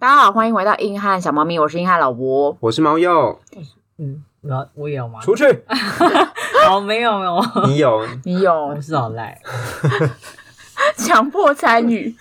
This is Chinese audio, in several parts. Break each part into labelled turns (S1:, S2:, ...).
S1: 好，欢迎回到硬汉小猫咪，我是硬汉老伯。
S2: 我是猫 鼬，
S3: 嗯，然后我有吗？
S2: 出去！
S3: 啊哦，没有没有，
S2: 你有
S1: 你有
S3: 我是好赖。
S1: 强迫参与，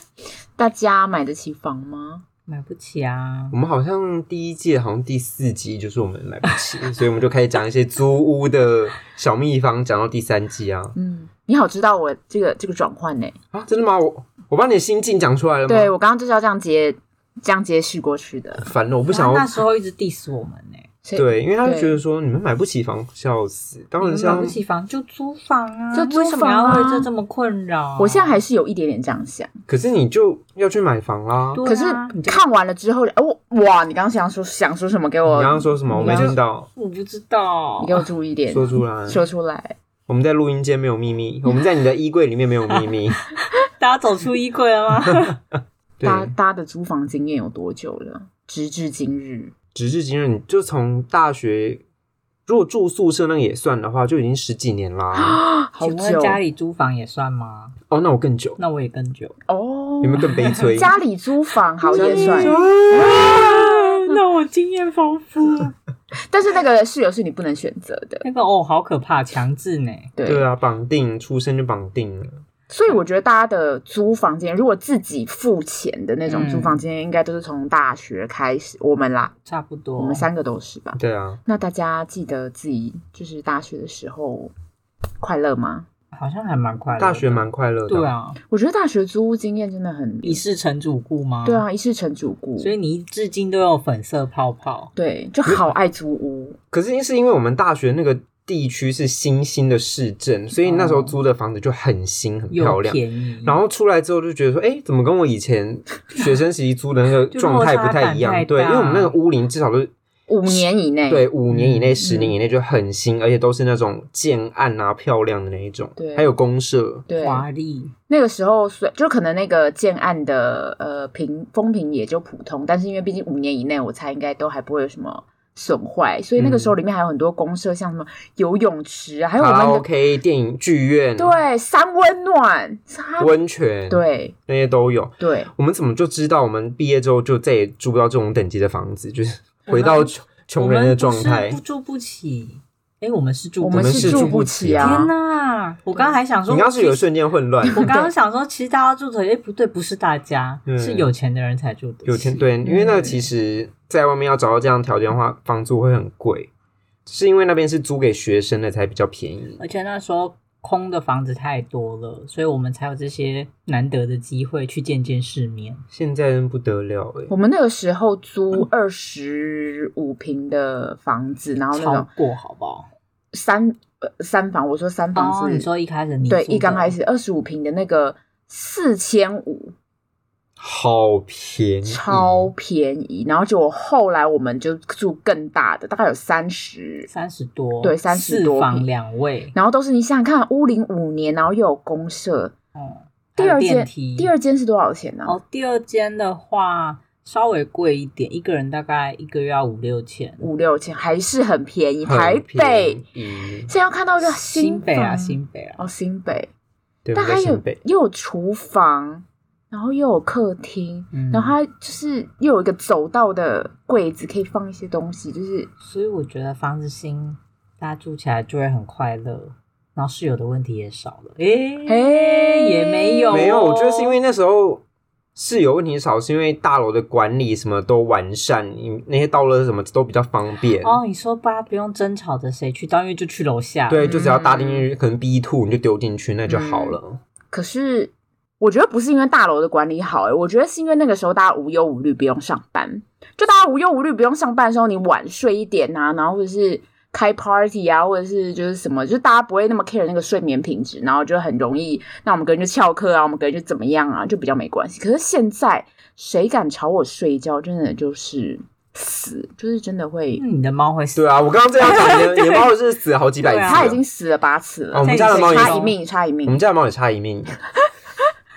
S1: 大家买得起房吗？
S3: 买不起啊
S2: 我！们好像第一届好像第四集就是我们买不起， 所以我们就开始讲一些租屋的小秘方，讲到第三季啊
S1: 嗯，你好，知道我这个这个转换呢？
S2: 啊！真的吗？我我把你的心境讲出来了吗？
S1: 对，我刚刚就是要这样接这样接续过去的。
S2: 烦了，我不想
S3: 啊他那
S2: 要。
S3: 时候一直 diss 我们呢、
S1: 所以，
S2: 对，因为他就
S1: 对
S2: 觉得说你们买不起房，笑死！当
S3: 你
S2: 然
S3: 们
S2: 是
S3: 买
S2: 要
S3: 不起房就租房啊，
S1: 就租
S3: 为什么
S1: 房
S3: 要
S1: 啊
S3: 为这这么困扰？
S1: 我现在还是有一点点这样想。
S2: 可是你就要去买房啦。
S3: 对啊
S1: 可是
S3: 你就
S1: 看完了之后，哦，哇！你刚刚想说想说什么？给
S2: 你
S1: 我，
S2: 刚刚说什么？我没听到，
S3: 我不知道
S1: 你，给我注意一点，
S2: 说出来。
S1: 说出来。
S2: 我们在录音间没有秘密，我们在你的衣柜里面没有秘 密。
S3: 大家走出衣柜了吗？
S2: 对，
S1: 大大家的租房经验有多久了？直至今日，
S2: 直至今日，你就从大学，如果住宿舍那个也算的话，就已经十几年啦。
S1: 好
S3: 请
S1: 久
S3: 问家里租房也算吗？
S2: 哦，那我更久，
S3: 那我也更久。
S1: 哦
S2: 有。没有更悲催？
S1: 家里租房好也算，
S3: 那我经验丰富。
S1: 但是那个室友是你不能选择的。
S3: 那个哦，好可怕，强制呢。
S1: 对，
S2: 对啊，绑定出生就绑定了，
S1: 所以我觉得大家的租房间，如果自己付钱的那种
S3: 嗯
S1: 租房间，应该都是从大学开始。我们啦，
S3: 差不多。
S1: 我们三个都是吧？
S2: 对啊，
S1: 那大家记得自己就是大学的时候快乐吗？
S3: 好像还蛮快乐的。
S2: 大学蛮快乐的，
S3: 对，啊，
S1: 我觉得大学租屋经验真的很，
S3: 一世成主顾吗？
S1: 对，啊，一世成主顾，
S3: 所以你至今都有粉色泡泡。
S1: 对，就好爱租屋。
S2: 可是是因为我们大学那个地区是新兴的市镇，所以那时候租的房子就很新很漂
S3: 哦又
S2: 亮。
S3: 便宜，
S2: 然后出来之后就觉得说，哎，怎么跟我以前学生时期租的那个
S3: 就
S2: 状态不太一
S3: 落差感太
S2: 样？
S3: 大
S2: 对，因为我们那个屋龄至少都是
S1: 五年以内，
S2: 对，五年以内、十
S1: 嗯
S2: 年以内就很新，而且都是那种建案啊、漂亮的那一种。
S1: 对
S2: 还有公社，
S1: 对
S3: 华丽，
S1: 那个时候虽就可能那个建案的呃评风评也就普通，但是因为毕竟五年以内，我猜应该都还不会有什么损坏，所以那个时候里面还有很多公社，像什么游泳池啊，还有我
S2: 卡拉
S1: 们的
S2: OK、电影剧院、
S1: 对三温暖，三
S2: 温泉，，
S1: 对
S2: 那些都有。
S1: 对，
S2: 我们怎么就知道我们毕业之后就再也住不到这种等级的房子，就是 回到穷穷人的状
S3: 我们
S2: 态
S3: 不是？不住不起。哎，我们是住
S1: 我
S3: 不起，
S1: 们
S2: 是
S1: 住
S2: 住
S1: 不
S2: 不
S1: 起
S2: 起
S1: 啊
S3: 天，哪！我刚刚还想说，
S2: 你刚刚是有一
S3: 其实
S2: 瞬间混乱，
S3: 我刚刚想说，其实大家住的，哎，不对，不是大家，
S2: 嗯
S3: 是有钱的人才住得起
S2: 有钱对，因为那个其实在外面要找到这样的条件的话，房租会很贵，是因为那边是租给学生的才比较便宜。
S3: 而且那时候空的房子太多了，所以我们才有这些难得的机会去见见世面。
S2: 现在真不得了哎、
S1: 我们那个时候租二十五平的房子，然后那
S3: 超
S1: 种
S3: 过好不好？
S1: 三呃三房，我说三房
S3: 哦，
S1: 是
S3: 你说一开始你
S1: 对
S3: 住的
S1: 一刚开始二十五平的那个四千五。
S2: 好便宜，
S1: 超便宜。然后结果后来我们就住更大的，大概有三十，
S3: 三十多，
S1: 对30多
S3: 四
S1: 平
S3: 房两卫，
S1: 然后都是你想想看，屋龄五年，然后又有公社。
S3: 哦，还
S1: 第
S3: 有
S1: 二
S3: 电
S1: 间
S3: 梯，
S1: 第二间是多少钱呢、
S3: 哦，第二间的话稍微贵一点，一个人大概一个月要五六千。
S1: 五六千，还是很便宜。
S2: 很
S1: 台
S2: 便
S1: 北
S2: 宜
S1: 现在要看到一个
S3: 新北啊，
S1: 房
S3: 新北啊，
S1: 哦新北，
S2: 对，我
S1: 但
S2: 们在
S1: 它有
S2: 新北，
S1: 又有厨房，然后又有客厅。
S3: 嗯
S1: 然后它就是又有一个走道的柜子，可以放一些东西，就是
S3: 所以我觉得房子新，大家住起来就会很快乐，然后室友的问题也少了。诶、
S1: 嘿
S3: 也没
S1: 哦
S3: 有、
S2: 没有，我觉得是因为那时候室友问题少，是因为大楼的管理什么都完善，你那些道路什么都比较方便。
S3: 哦，你说吧，不用争吵着谁去到，因为就去楼下。
S2: 对，就只要搭进去，
S1: 嗯
S2: 可能 B two 你就丢进去，那就好了。
S1: 可是我觉得不是因为大楼的管理好、欸，我觉得是因为那个时候大家无忧无虑，不用上班。就大家无忧无虑，不用上班的时候，你晚睡一点啊，然后或者是开 party 啊，或者是就是什么，就大家不会那么 care 那个睡眠品质，然后就很容易，那我们个人就翘课啊，我们个人就怎么样啊，就比较没关系。可是现在谁敢吵我睡觉，真的就是死，就是真的会，
S3: 嗯，你的猫会死。
S2: 对啊，我刚刚这样讲， 你的你的猫是死了好几百次
S3: 对啊
S2: 了，
S1: 他已经死了八次了，
S2: 哦我们家的猫也
S1: 差
S2: 是
S1: 一命，差一命
S2: 我。们家的猫也差一命。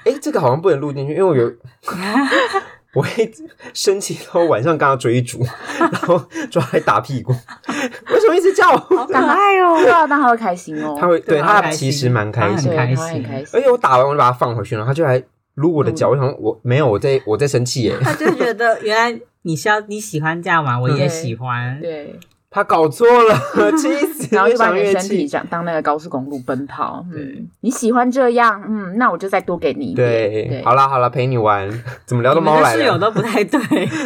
S2: 哎、这个好像不能录进去，因为我 有我会生气到晚上跟它追逐，然后抓来打屁股。 为什么一直叫我？
S3: 可爱哦
S1: 不知道，但他会开心哦。
S2: 它会对
S3: 它
S2: 它
S3: 开心
S2: 其实蛮开
S3: 它
S2: 心哎
S1: 对，他
S2: 的，
S3: 很开
S1: 会很
S3: 心
S1: 开心。
S2: 而且我打完我就把它放回去，然后它就来撸我的脚，我想说我没有，我在我在生气 耶，
S3: 他就觉得原来你是要你喜欢这样玩，我也
S1: 对
S3: 喜欢。
S1: 对，
S2: 他搞错 了，气死，
S1: 然后
S2: 越
S1: 就把
S2: 想
S1: 你
S2: 越
S1: 的身体
S2: 气。
S1: 想当那个高速公路奔跑，
S2: 对
S1: 嗯，你喜欢这样，嗯，那我就再多给你一点，
S2: 对，
S1: 对，
S2: 好啦好啦，陪你玩， 怎么聊到
S3: 你们
S2: 猫
S3: 的
S2: 来
S3: 室友
S2: 了？
S3: 都不 太对，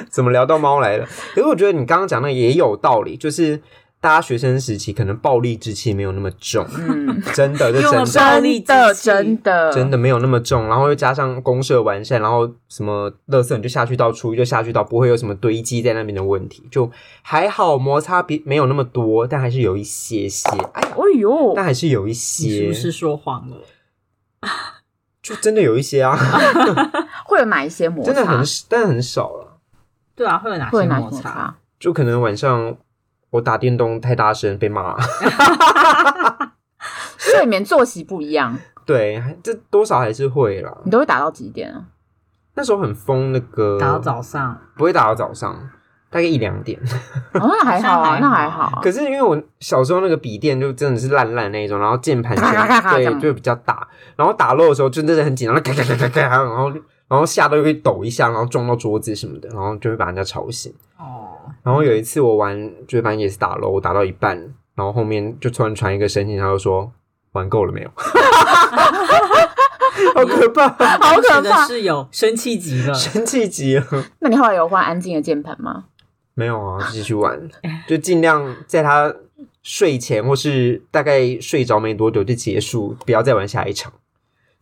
S2: 怎么聊到猫来了？可是我觉得你刚刚讲的也有道理，就是大家学生时期可能暴力之气没有那么重，
S1: 嗯，
S2: 真的，这
S3: 用了
S2: 真的。
S3: 暴力
S1: 真的
S3: 之气
S1: 真的
S2: 真的没有那么重，然后又加上公社完善，然后什么垃圾你就下去到厨余就下去到，不会有什么堆积在那边的问题，就还好摩擦比没有那么多，但还是有一些些，哎呀，
S1: 哎呦
S2: 但，还是有一
S3: 你是
S2: 些，
S3: 不是说谎了？
S2: 就真的有一些啊，
S1: 会有哪一些摩擦？
S2: 真的很，但很少了，
S3: 对啊，会有哪
S1: 会有
S3: 些
S1: 哪些
S3: 摩
S1: 摩
S3: 擦？
S1: 擦？
S2: 就可能晚上我打电动太大声被骂，
S1: 睡眠作息不一样，
S2: 对，还这多少还是会啦。
S1: 你都会打到几点啊？
S2: 那时候很疯，那个
S3: 打到早上，
S2: 不会打到早上，大概一两点。
S1: 哦，那还好啊，
S3: 好像
S1: 那
S3: 还
S1: 还
S3: 好
S1: 好啊。
S2: 可是因为我小时候那个笔电就真的是烂烂那一种，然后键盘
S1: 咔咔咔咔这
S2: 对
S1: 样
S2: 就比较大，然后打漏的时候就真的很紧张，咔咔咔咔咔，然后然后吓到又会抖一下，然后撞到桌子什么的，然后就会把人家吵醒。
S3: 哦，
S2: 然后有一次我玩，就反正也是打漏，我打到一半，然后后面就突然传一个声音，他就说玩够了没有， 好可怕，
S1: 好可
S3: 你的
S1: 怕！
S3: 室友生气极了，
S2: 生气极了。
S1: 那你后来有换安静的键盘吗？
S2: 没有 啊，继续玩，就尽量在他睡前或是大概睡着没多久就结束，不要再玩下一场。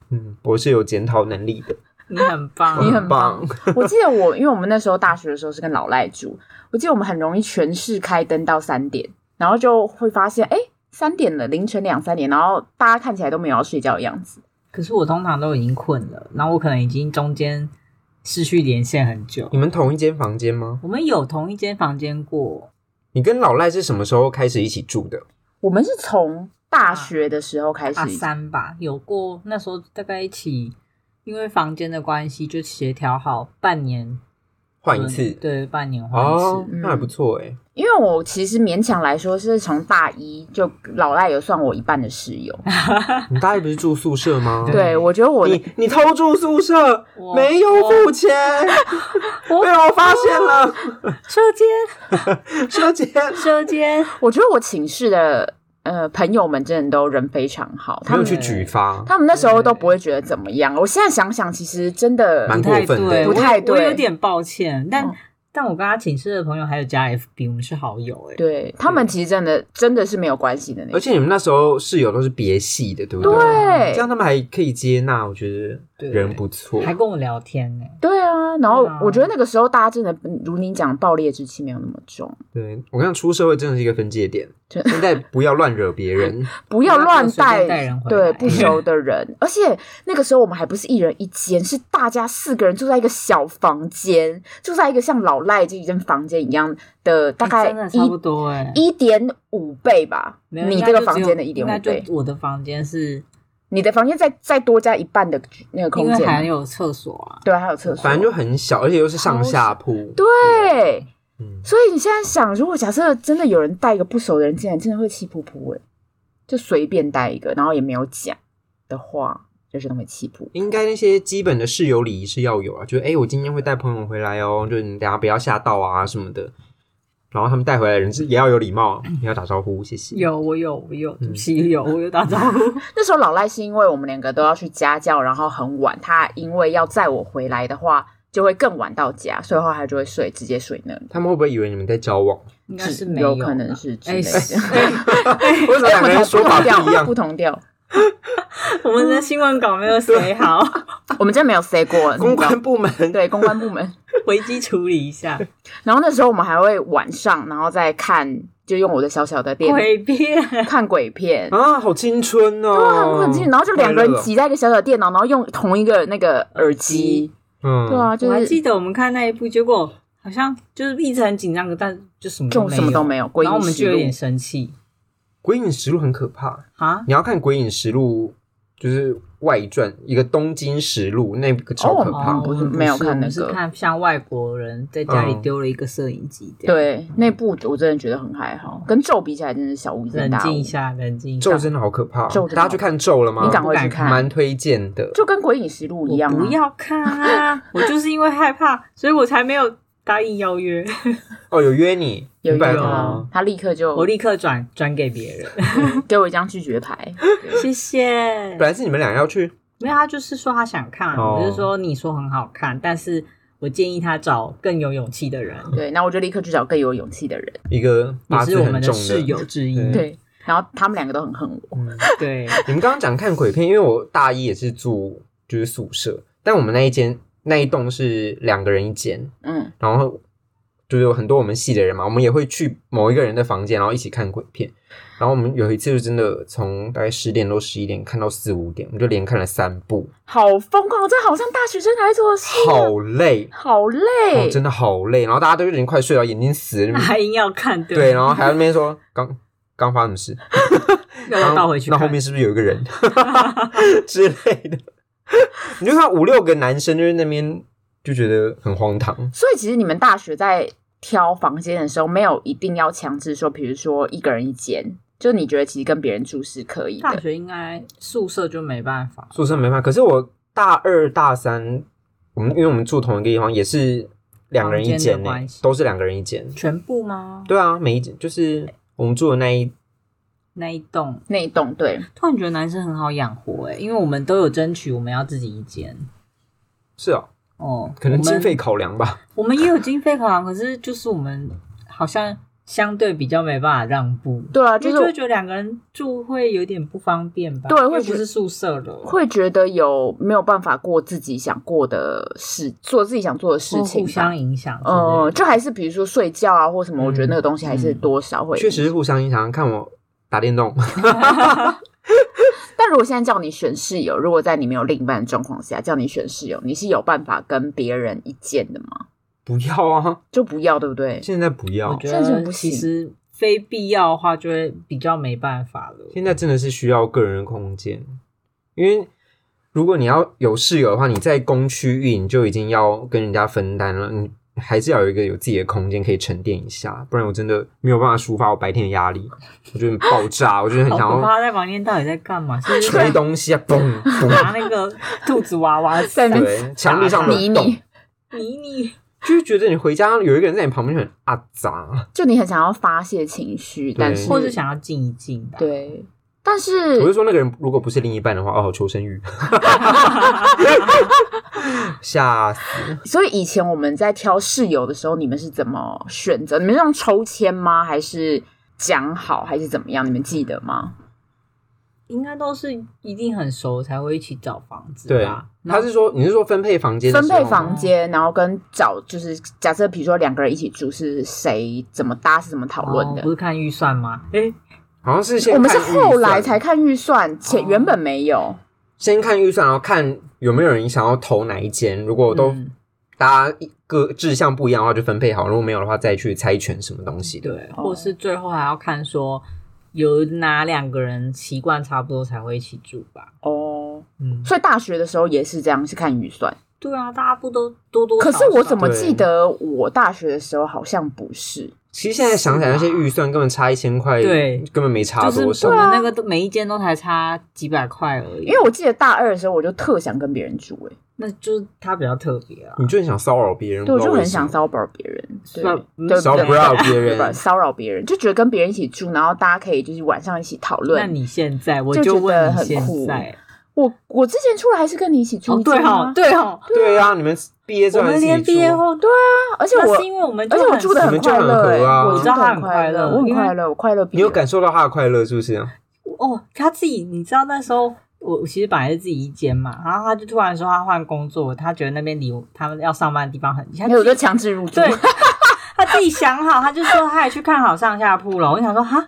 S2: 嗯，我是有检讨能力的，
S3: 你很棒，
S1: 啊你
S2: 我
S1: 很
S2: 很棒。
S1: 我记得我，因为我们那时候大学的时候是跟老赖住，我记得我们很容易全市开灯到三点，然后就会发现，哎，三点了，凌晨两三点，然后大家看起来都没有要睡觉的样子。
S3: 可是我通常都已经困了，然后我可能已经中间失去连线很久
S2: 你。们同一间房间吗？
S3: 我们有同一间房间过，
S2: 你跟老赖是什么时候开始一起住的？
S1: 我们是从大学的时候开始
S3: 大，三吧，有过。那时候大概一起，因为房间的关系，就协调好半年
S2: 换一次
S3: 对，半年换一次。
S2: 哦，
S1: 嗯
S2: 那还不错哎、
S1: 因为我其实勉强来说是从大一就老赖有算我一半的室友，
S2: 你大概不是住宿舍吗？
S3: 对
S1: 对我觉得我的
S2: 你你偷住宿舍
S3: 我，
S2: 没有付钱，被我发现了，
S3: 射箭，
S2: 小姐。
S3: 射箭，
S1: 我觉得我寝室的呃朋友们真的都人非常好，他
S2: 没有
S1: 们
S2: 去举发，
S1: 他们那时候都不会觉得怎么样。我现在想想，其实真的
S2: 蛮
S3: 不
S2: 过
S3: 太
S2: 分的
S3: 对，
S1: 不太
S3: 我，我
S1: 对
S3: 有点抱歉，但、
S1: 嗯
S3: 但我跟他寝室的朋友还有加 FB，我们是好友哎、
S1: 对他们其实真的真的是没有关系的那
S2: 而
S1: 种。
S2: 且你们那时候室友都是别系的，对不
S3: 啊
S1: 对
S2: 这样他们还可以接纳，我觉得
S3: 对
S2: 人不错。
S3: 还跟我聊天欸呢、
S1: 对啊，然后
S3: 对啊
S1: 我觉得那个时候大家真的嗯如你讲，爆裂之气没有那么重，
S2: 对我看出社会真的是一个分界点，
S1: 真
S2: 现在不要乱惹别人，
S1: 不要乱
S3: 啊不要随便带人回来
S1: 对不 熟的人。而且那个时候我们还不是一人一间，是大家四个人住在一个小房间，住在一个像老赖这一间房间一样的，大概
S3: 哎真的差不
S1: 一
S3: 多哎、
S1: 一点五倍吧，
S3: 没有
S1: 你
S3: 应该
S1: 这个
S3: 就
S1: 房
S3: 只有
S1: 间的一点
S3: 应
S1: 五
S3: 该
S1: 倍。
S3: 就我的房间是
S1: 你的房间再再多加一半的那个
S3: 因
S1: 空
S3: 为还
S1: 间，
S3: 有厕所啊，
S1: 对，还有厕所，
S2: 反正就很小，而且又是上下铺。
S3: 啊
S1: 对。
S2: 嗯，
S1: 所以你现在想，如果假设真的有人带一个不熟的人进来，真的会气噗噗哎、就随便带一个，然后也没有讲的话，就是那么气噗。
S2: 应该那些基本的室友礼仪是要有啊，就是哎、诶我今天会带朋友回来哦，就是你等下不要吓到啊什么的。然后他们带回来的人是也要有 礼貌，也要打招呼，谢
S1: 嗯
S2: 谢。
S3: 有我有我
S2: 嗯
S3: 有，对不起有我有打招呼，
S1: 那时候老赖是因为我们两个都要去家教，然后很晚，他因为要载我回来的话，就会更晚到家，所以后来就会睡，直接睡那里。
S2: 他们会不会以为你们在交往？
S3: 应该是
S1: 是
S3: 没有啦，
S1: 可能是之
S3: 哎
S1: 类
S3: 是
S1: 的。哎
S2: 为什么两个人说法
S1: 不同
S2: 不一
S1: 调，
S2: 样
S1: 不？同调。
S3: 我们的新闻稿没有写好，
S1: 我们真的没有 say 过，
S2: 公
S1: 你知道
S2: 关部门
S1: 对公关部门。
S3: 危机处理 一下，
S1: 然后那时候我们还会晚上，然后再看，就用我的小小的电
S3: 鬼片，
S1: 看鬼片，
S2: 啊，好青春哦！
S1: 对啊，很很近。然后就两个
S2: 快
S1: 人
S2: 乐
S1: 挤在一个小小的电脑，然后用同一个那个耳机，
S2: 嗯，
S1: 对啊，
S3: 我还
S1: 就
S3: 记
S1: 是
S3: 得我们看那一部，结果好像就是一直很紧张，但就什么
S1: 就什么都没
S3: 有，
S1: 有，鬼
S3: 然后我
S1: 影
S3: 们就
S1: 实
S3: 有
S1: 录
S3: 点生气
S2: 鬼影实录》很可怕，
S3: 啊，
S2: 你要看《鬼影实录》就是外传一个《东京实录》，那个超可怕。
S1: 哦我是没有看那个
S3: 我们是看像外国人在家里
S2: 嗯
S3: 丢了一个摄影机，这样，
S1: 对，那部我真的觉得很还好，跟咒比起来真的是小巫见
S3: 冷
S1: 大
S3: 静一
S1: 巫。
S3: 下，冷静一下
S2: 咒。真的好可怕，
S1: 咒真的
S2: 大家去看咒了吗？
S1: 你赶快去
S3: 不敢
S1: 看，
S2: 蛮推荐的。
S1: 就跟《鬼影实录》一样、
S3: 我
S1: 啊。
S3: 不要看啊！我就是因为害怕，所以我才没有答应邀 约。
S2: 哦，有约你，
S1: 有
S2: 你
S1: 一
S2: 本来
S1: 个
S3: 有
S1: 啊
S2: 哦，
S1: 他立刻就
S3: 我立刻转转给别人，
S1: 给我一张拒绝牌。
S3: 谢谢
S2: 本。来是你们俩要去，
S3: 没有，他就是说他想看，
S2: 哦
S3: 我就说你说很好看，但是我建议他找更有勇气的人，
S1: 对，那我就立刻去找更有勇气的人。
S2: 一个
S3: 也
S2: 八
S3: 是
S2: 字
S3: 我
S2: 很
S3: 们
S2: 重
S3: 室友之一。
S2: 对
S1: 对，然后他们两个都很恨我。
S2: 嗯
S3: 对，
S2: 你们刚刚讲看鬼片，因为我大一也是住就是宿舍，但我们那一间那一栋是两个人一间，
S1: 嗯，
S2: 然后就是有很多我们系的人嘛，我们也会去某一个人的房间，然后一起看鬼片。然后我们有一次就真的从大概十点多十一点看到四五点，我们就连看了三部，
S1: 好疯狂，这好像大学生才会做的事啊。
S2: 好累，
S1: 好累
S3: 哎
S2: 哦，，真的好累。然后大家都已经快睡着，眼睛死了，
S3: 还硬要看，哎对
S2: 对，
S3: 不
S2: 然后还在那边说刚刚发生什么事，
S3: 对？要不要倒回去
S2: 那
S3: 看？
S2: 后面是不是有一个 人之类的？ 你就看五六个男生就是那边就觉得很荒唐，
S1: 所以其实你们大学在挑房间的时候，没有一定要强制说，比如说一个人一间，就你觉得其实跟别人住是可以
S3: 大
S1: 的。
S3: 学应该宿舍就没办法，
S2: 宿舍没办法。可是我大二大三，我们因为我们住同一个地方，也是两个人一间
S3: 房间的
S2: 呢、
S3: 关系
S2: 都是两个人一间。
S3: 全部吗？
S2: 对啊，每一间就是我们住的那一
S3: 那一栋，
S1: 那一栋对，
S3: 突然觉得男生很好养活哎、因为我们都有争取我们要自己一间
S2: 是哦，
S3: 哦，
S2: 可能
S3: 我们
S2: 经费考量吧。
S3: 我们也有经费考量，可是就是我们好像相对比较没办法让步，
S1: 对啊，
S3: 就
S1: 就是
S3: 会
S1: 是
S3: 觉得两个人住会有点不方便吧？
S1: 对会
S3: 因为
S1: 觉
S3: 不是宿舍了，
S1: 会觉得有没有办法过自己想过的事，做自己想做的事
S3: 会
S1: 情
S3: 哦互
S1: 吧。
S3: 相影响之类的。
S1: 呃，就还是比如说睡觉啊或什么，
S2: 嗯
S1: 我觉得那个东西还是
S3: 嗯
S1: 多少会。
S2: 确实是，互相影响。看我打电动，
S1: 但如果现在叫你选室友，如果在你没有另一半的状况下叫你选室友，你是有办法跟别人一间的吗？
S2: 不要啊，
S1: 就不要，对不对？
S2: 现在不要
S3: 我，觉
S1: 这样
S3: 得
S1: 子不
S3: 其
S1: 行
S3: 实非必要的话，就会比较没办法了。
S2: 现在真的是需要个人的空间，因为如果你要有室友的话，你在公区域你就已经要跟人家分担了，你还是要有一个有自己的空间可以沉淀一下，不然我真的没有办法抒发我白天的压力，我觉得很爆 炸，我觉得很
S3: 好
S2: 想
S3: 可
S2: 要
S3: 怕，在房间到底在干嘛？是不是
S2: 捶东西 啊，嘣嘣，
S3: 拿那个兔子娃娃
S1: 在那边
S2: 对，墙壁上
S1: 迷
S2: 的洞
S1: 你，，
S3: 迷你，
S2: 就是觉得你回家有一个人在你旁边就很阿杂，
S1: 就你很想要发泄情绪，但是
S3: 或是想要静一静吧。，
S1: 对，但
S2: 我就是说那个人如果不是另一半的话，哦，求生 欲， 吓死！
S1: 所以以前我们在挑室友的时候，你们是怎么选择？你们是用抽签吗？还是讲好？还是怎么样？你们记得吗？
S3: 应该都是一定很熟才会一起找房子
S2: 对
S3: 吧？，然
S2: 他
S3: 后
S2: 是说你是说分配房间的
S1: 分
S2: 时候吗，
S1: 配房间，然后跟找就是假设，比如说两个人一起住，是谁怎么搭是怎么讨论的
S3: 哦不？是看预算吗？哎，
S2: 好像是先
S1: 我们是
S2: 看预算
S1: 后来才看预算，前
S3: 哦
S1: 原本没有。
S2: 先看预算，然后看有没有人想要投哪一间。如果都
S3: 嗯
S2: 大家一各志向不一样的话，就分配好；如果没有的话，再去猜拳什么东西的。
S3: 对，
S1: 哦
S3: 或是最后还要看说有哪两个人习惯差不多才会一起住吧。
S1: 哦，
S2: 嗯，
S1: 所以大学的时候也是这样，是看预算。
S3: 对啊，大家不都多多
S1: 可
S3: 少少？
S1: 是我怎么
S2: 对
S1: 记得我大学的时候好像不是？
S2: 其实现在想起来，那些预算根本差一千块，
S3: 对
S2: 根本没差
S3: 就是
S2: 多少
S1: 啊
S3: 我。们那个都每一间都才差几百块而已，
S1: 因为我记得大二的时候，我就特想跟别人住、欸，
S3: 那就是它比较特别啊。
S2: 你就很想骚扰别人，
S1: 对，我
S2: 不知
S1: 就
S2: 道为
S1: 很
S2: 什么
S1: 想骚扰别人，对
S3: 骚
S1: 对，
S2: 骚
S1: 对
S2: 扰别
S1: 对吧？
S2: 人。
S1: 骚扰别人，就觉得跟别人一起住，然后大家可以就是晚上一起讨
S3: 那
S1: 论。
S3: 你现在，我
S1: 就觉得
S3: 问你
S1: 很
S3: 现
S1: 酷
S3: 在，
S1: 我我之前出来还是跟你一起住，
S3: 哦
S1: 你
S3: 对
S1: 记得
S3: 哈
S1: 吗，
S3: 对哈，
S2: 对啊，你们毕业之
S3: 我
S2: 后还
S3: 们
S2: 自己
S3: 连
S2: 住
S3: 毕业后对啊，
S1: 而且
S3: 那是
S1: 我
S3: 因为我们
S1: 而且我
S3: 很
S1: 住的
S2: 你
S1: 很
S2: 们就
S1: 快
S2: 很
S1: 乐、
S2: 合
S1: 欸，
S2: 啊
S1: 我
S2: 我
S1: 住
S2: 知
S1: 的
S3: 道他很
S1: 快
S3: 快乐
S1: 乐，我很
S3: 因为
S1: 快乐，我快乐比
S2: 你有
S1: 人
S2: 感受到他的快乐是不是？
S3: 哦，他自己，你知道那时候我我其实本来是自己一间嘛，然后他就突然说他换工作，他觉得那边离我他们要上班的地方很近，他
S1: 没有，我
S3: 自
S1: 就
S3: 己
S1: 强制入住。
S3: 对，他自己想好，他就说他也去看好上下铺了。我就想说哈，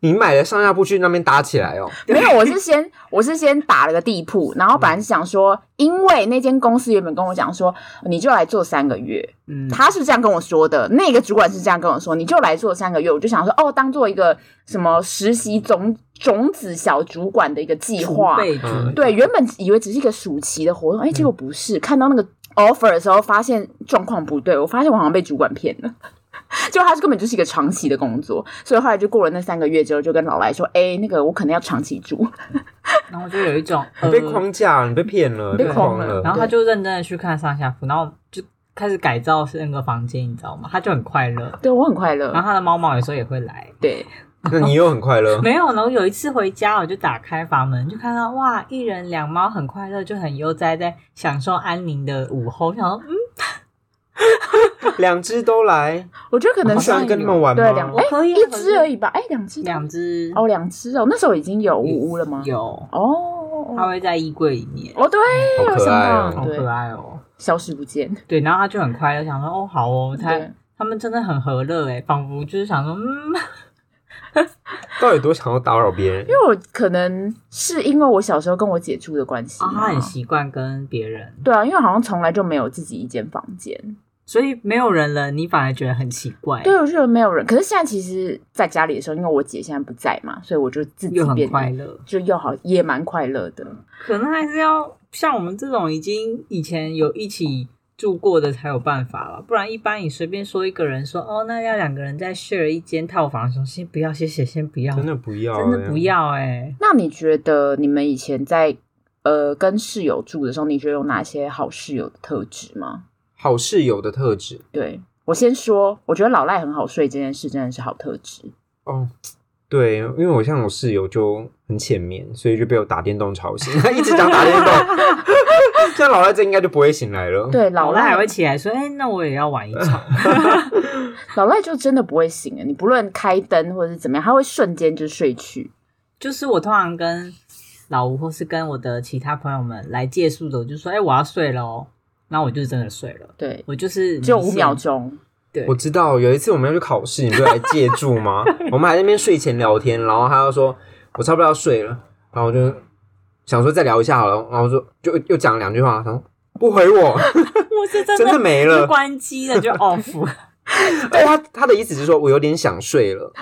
S2: 你买了上下铺去那边搭起来哦。
S1: 没有，我是先我是先打了个地铺，然后本来是想说，因为那间公司原本跟我讲说，你就来做三个月，
S3: 嗯，
S1: 他是这样跟我说的，那个主管是这样跟我说，你就来做三个月，我就想说，哦，当做一个什么实习总种子小主管的一个计划
S3: 储。备嗯主
S2: 嗯
S1: 对，原本以为只是一个暑期的活动，哎，结果不是。看到那个 offer 的时候，发现状况不对，我发现我好像被主管骗了。 就他根本就是一个长期的工作，所以后来就过了那三个月之后，就跟老来说：“哎，那个我可能要长期住。
S3: 然后就有一种
S2: 你被
S3: 呃
S2: 框架了，你被骗了，
S1: 你嗯被
S2: 被
S1: 框
S2: 框
S1: 了
S3: 然
S2: 了。
S3: 后他就认真的去看上下铺，然后就开始改造那个房间，你知道吗？他就很快乐”。
S1: 对我很快乐
S3: 然。后他的猫猫有时候也会来，
S1: 对，
S2: 那你又很快乐，
S3: 没有。然后有一次回家，我就打开房门，就看到哇，一人两猫很快乐，就很悠哉，在享受安宁的午后。我想说，嗯，
S2: 两只都来，
S1: 我觉得可能
S2: 你喜欢
S1: 是
S2: 跟他们玩吗？
S1: 对两
S3: 我
S1: 哎
S3: 可以啊
S1: 一
S3: 可
S1: 只
S3: 是
S1: 而已吧？哎，两只，
S3: 两只嗯
S1: 哦，两只哦。那时候已经有呜呜了吗？
S3: 有，
S1: 哦
S3: 它会在衣柜里面，
S1: 哦，对，
S2: 好
S1: 我
S2: 可
S1: 想
S2: 爱
S1: 到
S2: 哦
S3: 好
S1: 对
S3: 可爱哦。
S1: 消失不见。
S3: 对，然后他就很快乐，想说哦，好哦，他
S1: 对
S3: 他们真的很和乐哎，仿佛就是想说，嗯，
S2: 到底有多想要打扰别人
S1: 因？为我可能是因为我小时候跟我姐住的关系
S3: 啊，
S1: 嘛
S3: 他很习惯跟别人，
S1: 对啊，因为好像从来就没有自己一间房间，
S3: 所以没有人了，你反而觉得很奇怪，
S1: 对，我就觉得没有人。可是现在其实在家里的时候，因为我姐现在不在嘛，所以我就自己
S3: 又很
S1: 变
S3: 快乐。
S1: 就又好也蛮快乐的。
S3: 可能还是要像我们这种已经以前有一起住过的才有办法吧，不然一般你随便说一个人说哦，那要两个人再 share 一间套房的时候，先不要，谢谢，先不要，
S2: 真的不要，
S3: 真的不。要哎、
S1: 那你觉得你们以前在呃跟室友住的时候，你觉得有哪些好室友的特质吗？
S2: 好室友的特质
S1: 对我先说，我觉得老赖很好睡这件事真的是好特质。
S2: 哦，对，因为我像我室友就很浅眠，所以就被我打电动吵醒， 他一直讲打电动，像老赖这应该就不会醒来了。，
S1: 对，老
S3: 老赖还
S1: 赖
S3: 会起来说，哎、那我也要玩一场。
S1: 老赖就真的不会醒啊！你不论开灯或者是怎么样，他会瞬间就睡去。
S3: 就是我通常跟老吴或是跟我的其他朋友们来借宿的，我就说，哎、我要睡了哦，那我就真的睡了，
S1: 对，
S3: 我就是
S2: 嗯
S1: 只有
S3: 离
S1: 五
S3: 线
S1: 秒钟。
S3: 对
S2: 我知道有一次我们要去考试，你不是来借住吗？我们还在那边睡前聊天，然后他就说我差不多要睡了，然后我就想说再聊一下好了，然后我说就又讲了两句话，然后不回我，
S3: 我是真的
S2: 真的没
S3: 就
S2: 了。
S3: 关机了，就 off。
S2: 哎，他他的意思是说我有点想睡了，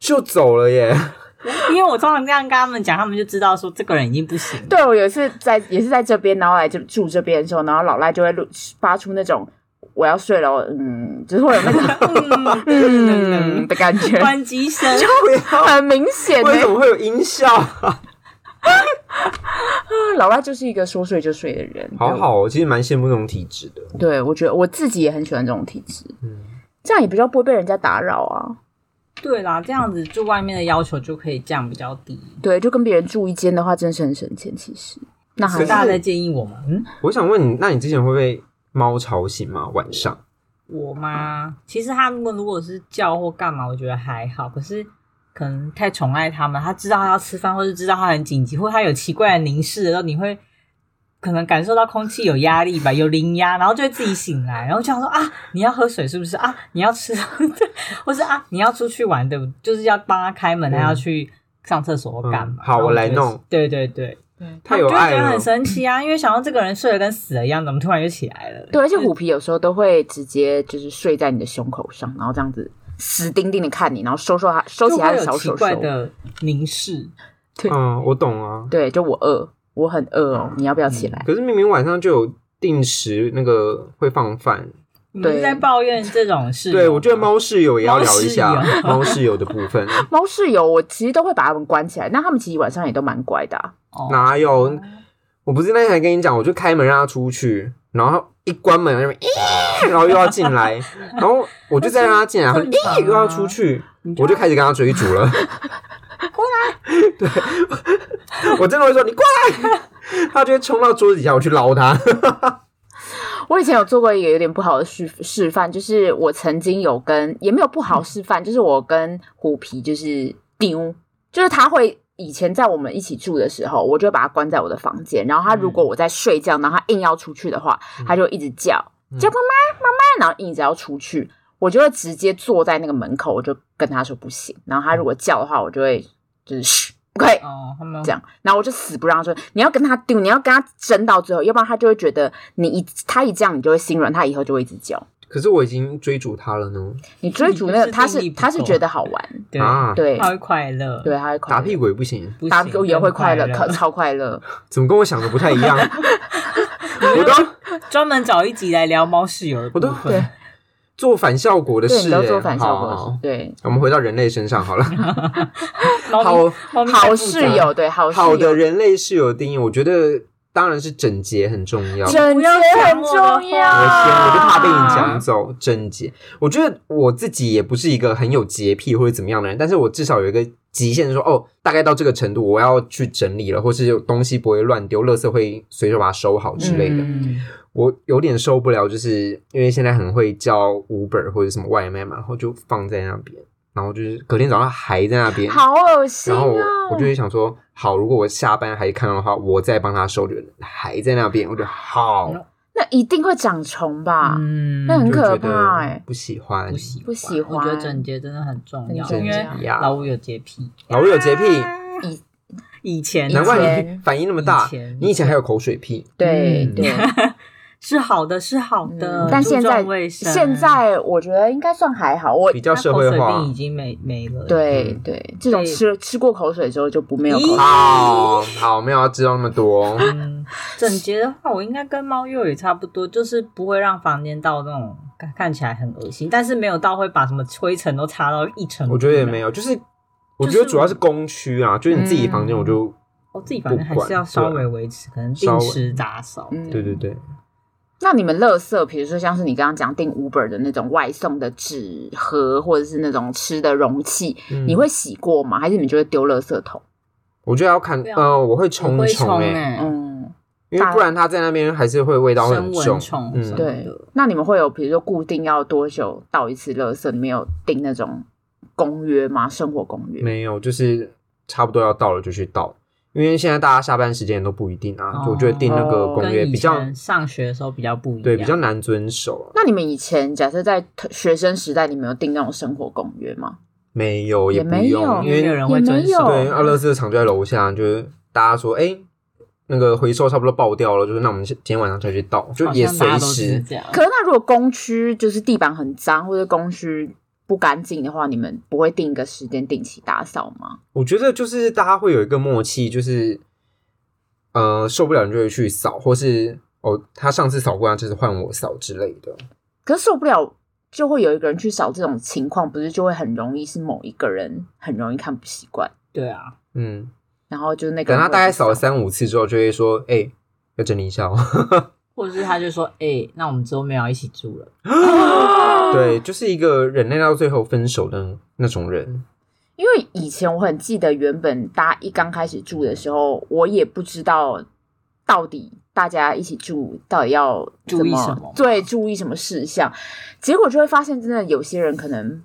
S2: 就走了耶。
S3: 因为我通常这样跟他们讲，他们就知道说这个人已经不行了。
S1: 对，我有一次在也是在这边，然后来这住这边的时候，然后老赖就会录发出那种我要睡了，嗯，就是会有那种
S3: 嗯
S1: 嗯
S3: 嗯，
S1: 的感觉，
S3: 关机声，
S2: 不要，
S1: 很明显
S2: 为什
S1: 欸。
S2: 么会有音 效？
S1: 老赖就是一个说睡就睡的人，
S2: 好好，我其实蛮羡慕那种体质的。
S1: 对。对，我觉得我自己也很喜欢这种体质，
S2: 嗯，
S1: 这样也比较不会被人家打扰啊。
S3: 对啦，这样子住外面的要求就可以降比较低。
S1: 对，就跟别人住一间的话，真是很省钱。其实，那还
S2: 可
S3: 所以
S2: 是
S3: 大家在建议我吗？嗯，
S2: 我想问你，那你之前会被猫吵醒吗？晚
S3: 哦
S2: 上？
S3: 我吗？其实他们如果是叫或干嘛，我觉得还好。可是可能太宠爱他们，他知道他要吃饭，或是知道他很紧急，或他有奇怪的凝视的时候，你会可能感受到空气有压 力吧，有零压，然后就会自己醒来，然后就想说啊，你要喝水是不是啊？你要吃， 或是啊，你要出去玩对不对？就是要帮他开门，
S2: 嗯
S3: 他要去上厕所或干嘛？
S2: 嗯好
S3: 然后
S2: 我来
S3: 就会
S2: 弄。
S3: 对对对，
S2: 太有
S3: 就会
S2: 爱
S3: 觉得
S2: 了
S3: 很。神奇啊，因为想到这个人睡得跟死了一样，怎么突然就起来了？
S1: 对，而且虎皮有时候都会直接就是睡在你的胸口上，然后这样子死盯盯的看你，然后收收他收
S3: 就
S1: 起他
S3: 会
S1: 的
S3: 有
S1: 小
S3: 奇
S1: 手手
S3: 怪。的凝视。
S2: 嗯，我懂啊。
S1: 对，就我饿，我很饿哦，你要不要
S3: 嗯
S1: 起来？
S2: 可是明明晚上就有定时那个会放饭，
S3: 你们是在抱怨这种事？
S2: 对我觉得猫室友也要聊一下
S3: 哦猫室友
S2: 猫室友的 部分。
S1: 猫室友我其实都会把它们关起来，那它们其实晚上也都蛮乖的啊、
S3: 哦
S2: 哪有？我不是那天还跟你讲，我就开门让它出去，然后一关门，那边咦然后又要进来，然后我就再让它进来，然后
S3: 正常啊
S2: 咦又要出去，
S3: 你就
S2: 我就开始跟它追逐了。过 来！对，我真的会说你过来， 它就会冲到桌子底下，我去捞它。
S1: 我以前有做过一个有点不好的示示范，就是我曾经有跟也没有不好示范，就是我跟虎皮就是丢，就是他会。以前在我们一起住的时候，我就把它关在我的房间，然后他如果我在睡觉，然后他硬要出去的话，他就一直叫
S2: 嗯
S1: 叫妈妈妈妈，然后硬着要出去，我就会直接坐在那个门口，我就跟他说不行，然后他如果叫的话，我就会就是 嘘不可以，
S3: 哦，他们
S1: 这样，然后我就死不让他说，你要跟他丢，你要跟他争到最后，要不然他就会觉得你一他一这样，你就会心软，他以后就会一直叫。
S2: 可是我已经追逐他了呢
S1: 你追逐那
S3: 你就是
S1: 个，他是
S3: 定力不
S1: 他是
S3: 够
S1: 觉得好玩，
S3: 对，
S2: 啊！
S1: 对
S3: 他会快乐，
S1: 对，啊他会快乐
S2: 打屁股也不行，
S3: 不行，
S1: 打屁股也会快乐，可
S3: 更
S1: 超快乐。
S2: 怎么跟我想的不太一样？我都
S3: 专门找一集来聊猫室友的部
S2: 我都
S3: 分。
S2: 做反效果的
S1: 对，你
S2: 事、
S1: 都
S2: 欸，
S1: 做反效
S2: 好好
S1: 果
S2: 好，
S1: 对，
S2: 我们回到人类身上好了。
S3: 猫咪
S2: 好
S3: 猫咪太
S1: 好
S3: 复杂
S1: 室友，对好室
S2: 好的
S1: 友，
S2: 人类室友定义，我觉得当然是整洁很重要。
S1: 整洁很重要。
S3: 我
S2: 我
S3: 先
S2: 先，我就怕被你
S3: 啊
S2: 讲走整洁。我觉得我自己也不是一个很有洁癖或者怎么样的人，但是我至少有一个极限说哦，大概到这个程度，我要去整理了，或是有东西不会乱丢，垃圾会随手把它收好之类的。
S3: 嗯
S2: 我有点受不了，就是因为现在很会叫 Uber 或者什么外卖嘛，然后就放在那边，然后就是隔天早上还在那边，
S1: 好恶心
S2: 然后我
S1: 哦！
S2: 我就会想说，好，如果我下班还看到的话，我再帮他收，就还在那边，我就好，
S1: 那一定会长虫吧？
S3: 嗯
S1: 啊那很
S2: 就
S1: 可
S2: 觉
S1: 怕
S2: 得
S1: 欸
S2: 不喜欢
S3: 不。喜
S1: 不喜
S3: 我觉得
S1: 欢
S3: 整洁真的很重要，
S1: 很
S3: 因
S1: 重
S3: 为
S1: 要
S3: 老五有洁癖，
S2: 老五有洁癖
S1: 以
S3: 以前
S2: 难
S1: 以
S2: 怪
S1: 前
S2: 你反应那么大
S3: 以前，
S2: 你以前还有口水屁，
S1: 对
S2: 嗯
S1: 对，
S3: 是好的，是好的
S1: 嗯，但
S3: 注
S1: 现在
S3: 重卫生
S1: 现在我觉得应该算还好。我
S2: 比较社会
S3: 那口水病
S2: 化
S3: 已。经没没了，
S1: 对
S2: 嗯
S1: 对，这种吃吃过口水之后就不没有口
S3: 咦
S1: 水。
S2: 好好，没有要知道那么多。
S3: 嗯， 整洁的话，我应该跟猫又也差不多，就是不会让房间到那种看看起来很恶心，但是没有到会把什么灰尘都擦到一尘。
S2: 我觉得也没，有，就是我觉得主要是公区啊，就是你自己房间，
S3: 嗯
S2: 我就
S3: 我自己反正还是要稍微维持，可能定时打扫。
S1: 嗯
S2: 啊对对对，
S1: 那你们垃圾，比如说像是你刚刚讲订 Uber 的那种外送的纸盒，或者是那种吃的容器，
S2: 嗯
S1: 你会洗过吗？还是你们就会丢垃圾
S3: 嗯
S1: 桶？
S2: 我觉得要看
S3: 不，要
S2: 呃，我会
S3: 我
S2: 冲
S3: 会
S2: 一冲
S3: 冲
S2: 哎，
S3: 哎，
S1: 嗯，
S2: 因为不然它在那边还是会味道会很
S3: 生蚊
S2: 重
S3: 虫，
S2: 嗯
S3: 什么，
S1: 对
S3: 的。
S1: 那你们会有比如说固定要多久倒一次垃圾？你们有订那种公约吗？生活公约？
S2: 没有，就是差不多要到了就去倒，因为现在大家下班时间也都不一定啊，
S3: 哦
S2: 我觉得定那个公
S3: 跟
S2: 约
S3: 以
S2: 比较
S3: 前上学的时候比较不一样，
S2: 对比较难遵守啊，
S1: 那你们以前假设在学生时代，你们有订那种生活公约吗？
S2: 没有
S1: 也
S2: 不
S1: 没
S2: 用，
S1: 有
S2: 因
S3: 因为没有
S2: 为
S3: 人会遵守。
S1: 也没
S2: 对，
S1: 有
S2: 阿乐斯厂就在楼下，就是大家说哎。那个回收差不多爆掉了，就是那我们今天晚上再去倒，就
S3: 好
S2: 也
S3: 像
S2: 随
S3: 大家都是
S2: 时
S3: 这样。
S1: 可是那如果公区就是地板很脏，或者公区不干净的话，你们不会定一个时间定期打扫吗？
S2: 我觉得就是大家会有一个默契，就是呃受不了你就会去扫，或是哦他上次扫过，他这次换我扫之类的。
S1: 可是受不了就会有一个人去扫，这种情况不是就会很容易是某一个人很容易看不习惯，
S3: 对啊，
S2: 嗯，
S1: 然后就是那个
S2: 等
S1: 人
S2: 他大概
S1: 会
S2: 扫了三五次之后，就会说：“哎、要整理 一下哦。
S3: 或者是他就说，哎、那我们之后没有要一起住了，”
S2: 对，就是一个忍耐到最后分手的那种人。
S1: 因为以前我很记得，原本大家一刚开始住的时候，我也不知道到底大家一起住到底要
S3: 注意
S1: 怎
S3: 什么
S1: 对，注意什么事项。结果就会发现，真的有些人可能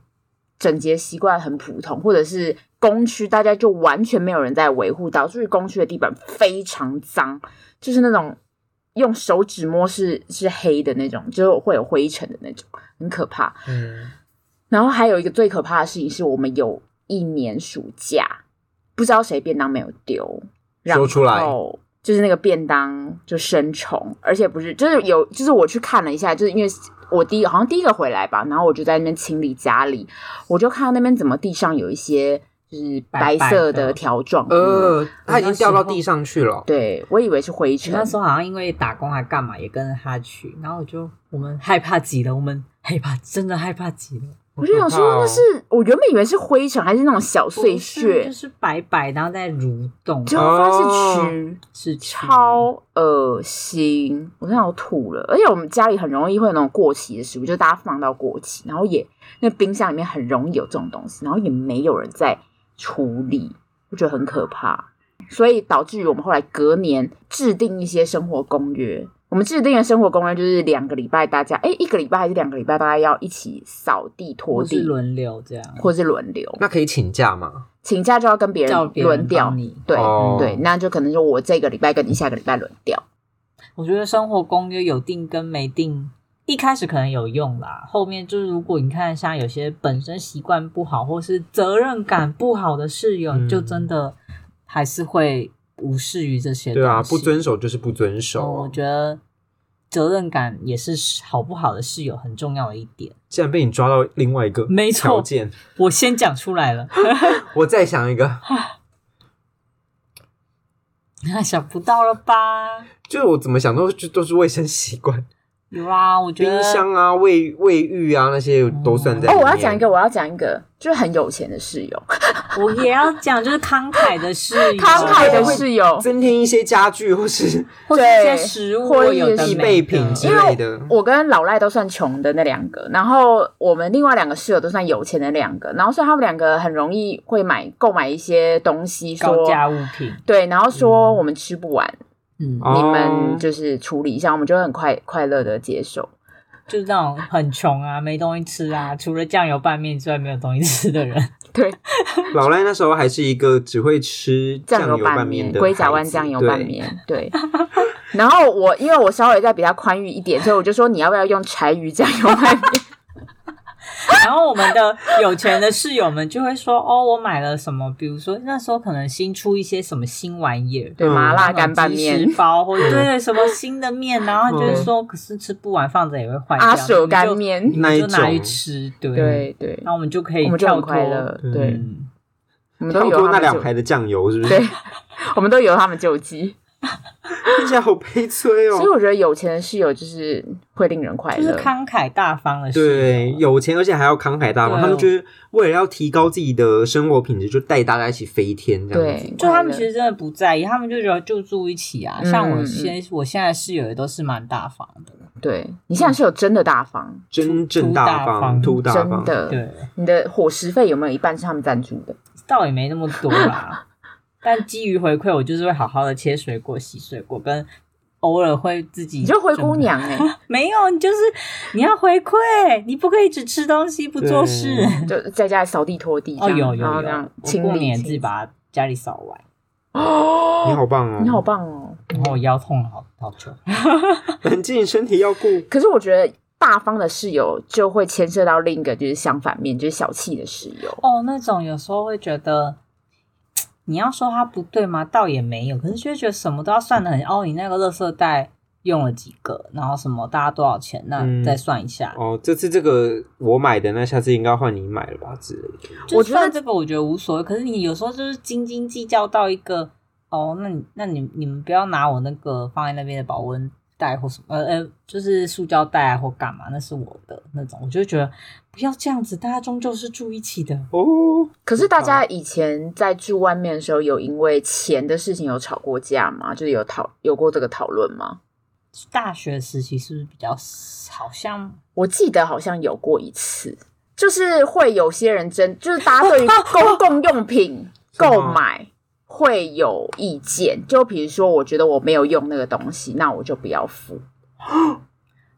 S1: 整洁习惯很普通，或者是公区大家就完全没有人在维护，导致于公区的地板非常脏，就是那种用手指摸是是黑的那种，就是会有灰尘的那种，很可怕。
S2: 嗯，
S1: 然后还有一个最可怕的事情是我们有一年暑假，不知道谁便当没有丢，然
S2: 说出来
S1: 后就是那个便当就生虫，而且不是，就是有，就是我去看了一下，就是因为我第一好像第一个回来吧，然后我就在那边清理家里，我就看到那边怎么地上有一些就是
S3: 白白
S1: 白
S3: 的
S1: 色的条状物，
S2: 呃，他已经掉到地上去了。
S1: 对我以为是灰
S3: 我
S1: 尘
S3: 那，时候好像因为打工还啊干嘛，也跟着他去，然后我就我们害怕极了，我们害怕，真的害怕极了，
S1: 我就想说那是我原本以为是灰尘还是那种小碎
S3: 不是就
S1: 屑，
S3: 是白白，然后在蠕动，
S1: 结果发现
S2: 哦
S1: 是蛆。
S3: 是
S1: 超恶心，我真的要吐了。而且我们家里很容易会有那种过期的食物，就是大家放到过期，然后也那冰箱里面很容易有这种东西，然后也没有人在处理，我觉得很可怕。所以导致于我们后来隔年制定一些生活公约。我们制定的生活公约就是两个礼拜大家，哎、一个礼拜还是两个礼拜，大家要一起扫地、拖
S3: 或是
S1: 地，
S3: 轮流这样，
S1: 或是轮流。
S2: 那可以请假吗？
S1: 请假就要跟别
S3: 叫
S1: 人
S3: 别
S1: 轮
S3: 人
S1: 调
S3: 帮，你。
S1: 对、嗯
S2: 哦
S1: 对，那就可能就我这个礼拜跟你下个礼拜轮调。
S3: 我觉得生活公约有定跟没定，一开始可能有用啦，后面就是如果你看像有些本身习惯不好或是责任感不好的室友，
S2: 嗯
S3: 就真的还是会无视于这些东
S2: 对啊
S3: 西。
S2: 啊，不遵守就是不遵守、
S3: 哦哦，我觉得责任感也是好不好的室友很重要的一点。
S2: 竟然被你抓到另外一个
S3: 没错
S2: 条件，
S3: 我先讲出来了，
S2: 我再想一个，
S3: 想不到了吧？
S2: 就是我怎么想都就都是卫生 习惯，
S3: 有啊，我觉得
S2: 冰箱啊、卫卫浴啊那些都算在
S1: 哦，
S2: 里面。
S1: 我要讲一个，我要讲一个，就是很有钱的室友，
S3: 我也要讲，就是慷慨 的室友，
S1: 慷慨的室友，
S2: 增添一些家具 或是
S3: 或是一些食物
S1: 或者
S3: 有的
S1: 是
S3: 没
S2: 必
S3: 的
S1: 嗯
S2: 备品之类的。
S1: 我跟老赖都算穷的那两个，然后我们另外两个室友都算有钱的两个，然后所以他们两个很容易会买购买一些东西，
S3: 高
S1: 说
S3: 价物品，
S1: 对，然后说我们吃不完，
S3: 嗯，
S2: 哦
S1: 你们就是处理一下，我们就会很快快乐的接受。
S3: 就是那种很穷啊，没东西吃啊，除了酱油拌面之外没有东西吃的人。
S1: 对，
S2: 老赖那时候还是一个只会吃
S1: 酱
S2: 油
S1: 油拌
S2: 面
S1: 面，
S2: 的
S1: 龟甲
S2: 孩
S1: 湾
S2: 子
S1: 酱油拌，面，对。然后我因为我稍微再比较宽裕一点，所以我就说你要不要用柴鱼酱油拌面？
S3: 然后我们的有钱的室友们就会说：“哦，我买了什么？比如说那时候可能新出一些什么新玩意儿，
S1: 对，麻辣
S3: 那种
S1: 干拌面嗯
S3: 即食、包或者对什么新的面，然后就会说，可是吃不完，放着也会坏掉。
S1: 阿舍干
S3: 你
S1: 面，
S3: 们就
S2: 那一
S3: 你们就拿去
S2: 种
S3: 吃，对，
S1: 对对，
S3: 那我们就嗯可以
S1: 我们就
S3: 跳
S1: 很
S3: 脱
S1: 快乐，
S2: 嗯
S1: 对。
S3: 嗯，
S1: 我们
S2: 对
S1: 都
S2: 差不
S1: 有
S2: 多
S1: 他
S2: 那
S1: 们
S2: 两
S1: 救，
S2: 排的酱油是不是？
S1: 对，我们都有他们救 济。
S2: 听起来好悲催
S1: 所以
S2: 哦。
S1: 我觉得有钱的室友就是会令人快
S3: 就是
S1: 乐。
S3: 慷慨大方的啊室
S2: 对，
S3: 友。
S2: 有钱而且还要慷慨大方，
S3: 对
S2: 他们就是为了要提高自己的生活品质，就带大家一起飞天这样子。
S1: 对，
S3: 就他
S1: 快乐
S3: 们其实真的不在意，他们就觉得就住一起啊。
S1: 嗯
S3: 像我
S1: 嗯
S3: 现我现在室友也都是蛮大方的，
S1: 对你现在是有真的大方，
S2: 真正大方，
S3: 图
S2: 图大
S1: 真
S2: 方，
S1: 的，
S3: 对，
S1: 你的伙食费有没有一半是他们赞助的？
S3: 倒也没那么多啦。但基于回馈，我就是会好好的切水果、洗水果，跟偶尔会自己
S1: 你就灰
S3: 准
S1: 姑
S3: 备
S1: 娘哎、
S3: 没有，你就是你要回馈，你不可以只吃东西不做事。
S1: 就在家里扫地拖地这
S3: 哦，
S1: 样，
S3: 有有
S1: 然后这
S3: 有
S1: 样，
S3: 我
S1: 清
S3: 过
S1: 理
S3: 年自己
S1: 清理。
S3: 把家里扫完，
S1: 哦，
S2: 你好棒哦！
S1: 你好，棒哦！
S3: 然后我腰痛了好好久。
S2: 冷静，身体 要顾。
S1: 可是我觉得大方的室友就会牵涉到另一个就是相反面，就是小气的室友。
S3: 哦，那种有时候会觉得，你要说他不对吗？倒也没有，可是就会觉得什么都要算的很哦。你那个垃圾袋用了几个，然后什么大家多少钱，那
S2: 嗯
S3: 再算一下。
S2: 哦，这次这个我买的，那下次应该换你买了吧之类的。
S3: 就
S1: 我觉得
S3: 算这个我觉得无所谓，可是你有时候就是斤斤计较到一个哦，那你那你你们不要拿我那个放在那边的保温袋或什么呃呃，就是塑胶袋啊或干嘛，那是我的那种，我就觉得不要这样子，大家终究是住一起的。
S2: 哦，
S1: 可是大家以前在住外面的时候，有因为钱的事情有吵过架吗？就是有讨有过这个讨论吗？
S3: 大学时期是不是比较好像
S1: 我记得好像有过一次，就是会有些人争，就是大家对于公共用品
S2: 什么
S1: 购买会有意见。就比如说，我觉得我没有用那个东西，那我就不要付。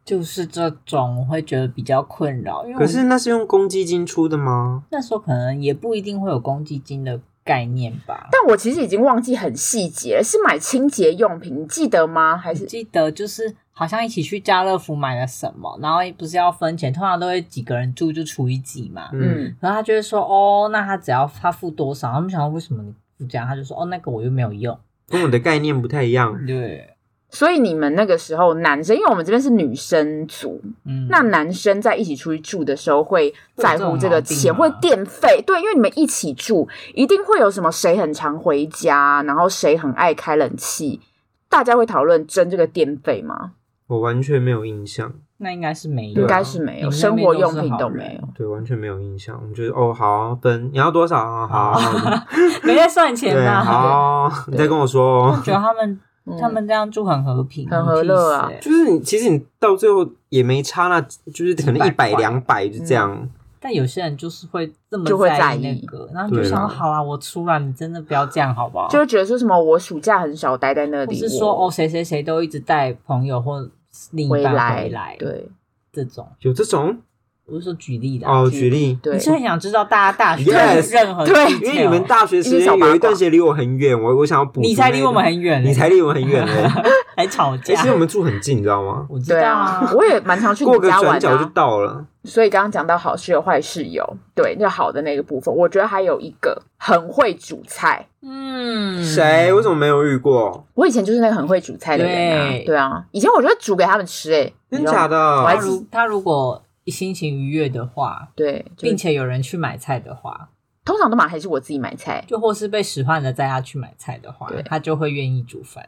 S3: 就是这种，我会觉得比较困扰，因为我
S2: 可是那是用公积金出的吗？
S3: 那时候可能也不一定会有公积金的概念吧。
S1: 但我其实已经忘记很细节，是买清洁用品，你记得吗？还
S3: 我
S1: 是
S3: 记得就是好像一起去家乐福买了什么，然后不是要分钱，通常都会几个人住就除以几嘛。
S2: 嗯，
S1: 嗯，
S3: 然后他就会说哦，那他只要他付多少？他们想说为什么你不这样？他就说哦，那个我又没有用。
S2: 跟我的概念不太一样。
S3: 对，
S1: 所以你们那个时候男生，因为我们这边是女生组，
S3: 嗯，
S1: 那男生在一起出去住的时候会在乎这个钱，
S3: 会
S1: 会
S3: 有这种毛病
S1: 电
S3: 吗
S1: 费，对，因为你们一起住，一定会有什么谁很常回家，然后谁很爱开冷气，大家会讨论争这个电费吗？
S2: 我完全没有印象，
S3: 那应该是没有，
S1: 应该是没有，
S3: 啊你们那
S1: 生
S3: 边
S1: 活
S3: 都
S1: 用
S3: 是
S1: 品
S3: 好
S1: 都
S3: 人
S1: 没有。
S2: 对，完全没有印象。我们就是哦，好啊分，你要多少啊？好啊，
S3: 没在算钱
S2: 对，
S3: 呐、
S2: 好啊，你再跟我说
S3: 我
S2: 哦。
S3: 觉得他们
S1: 嗯
S3: 他们这样住很和平，
S1: 很和乐啊
S3: peace 欸
S2: 就是你，其实你到最后也没差那，就是可能一
S3: 100块
S2: 百两百就这样。
S3: 但有些人就是会这么
S1: 就会
S3: 在
S1: 在
S3: 意
S1: 意
S3: 那个，然后你就
S2: 对
S3: 想
S2: 啦
S3: 说好啊，我出来，你真的不要这样好不好？
S1: 就会觉得说什么我暑假很少待在那
S3: 或
S1: 里，
S3: 是说
S1: 我
S3: 哦，谁谁谁都一直带朋友或另一
S1: 回
S3: 半
S1: 来，
S3: 回来，
S1: 对
S3: 这种，
S2: 有这种
S3: 我是说举例的啊。
S2: 哦，
S1: 举
S2: 举例，
S3: 你
S1: 对，
S3: 是很想知道大家大学
S2: Yes，
S3: 任何
S1: 对
S3: detail
S2: 因为你们大学时间有一段时间离我很远，我我想要补。
S3: 你才离我们，很远嘞，
S2: 你才离我们很远嘞。
S3: 还吵
S2: 哎其
S3: 架。
S2: 实我们住很近，你知道吗？
S3: 我知
S1: 对
S3: 道
S1: 啊，我也蛮常去你
S2: 过个
S1: 家
S2: 转
S1: 玩的
S2: 角就
S1: 啊、
S2: 到了。
S1: 所以刚刚讲到好室友、坏室友，对，就好的那个部分，我觉得还有一个很会煮菜。
S3: 嗯，
S2: 谁？为什么没有遇过？
S1: 我以前就是那个很会煮菜的人啊，
S3: 对
S1: 对啊，以前我就会煮给他们吃、欸，哎，
S2: 真假
S1: 的？
S2: 的
S1: 我？还
S3: 他如他如果心情愉悦的话，
S1: 对，就
S3: 并
S1: 是
S3: 且有人去买菜的话，
S1: 通常都嘛还是我自己买菜，
S3: 就或是被使唤着带他去买菜的话
S1: 对，
S3: 他就会愿意煮饭。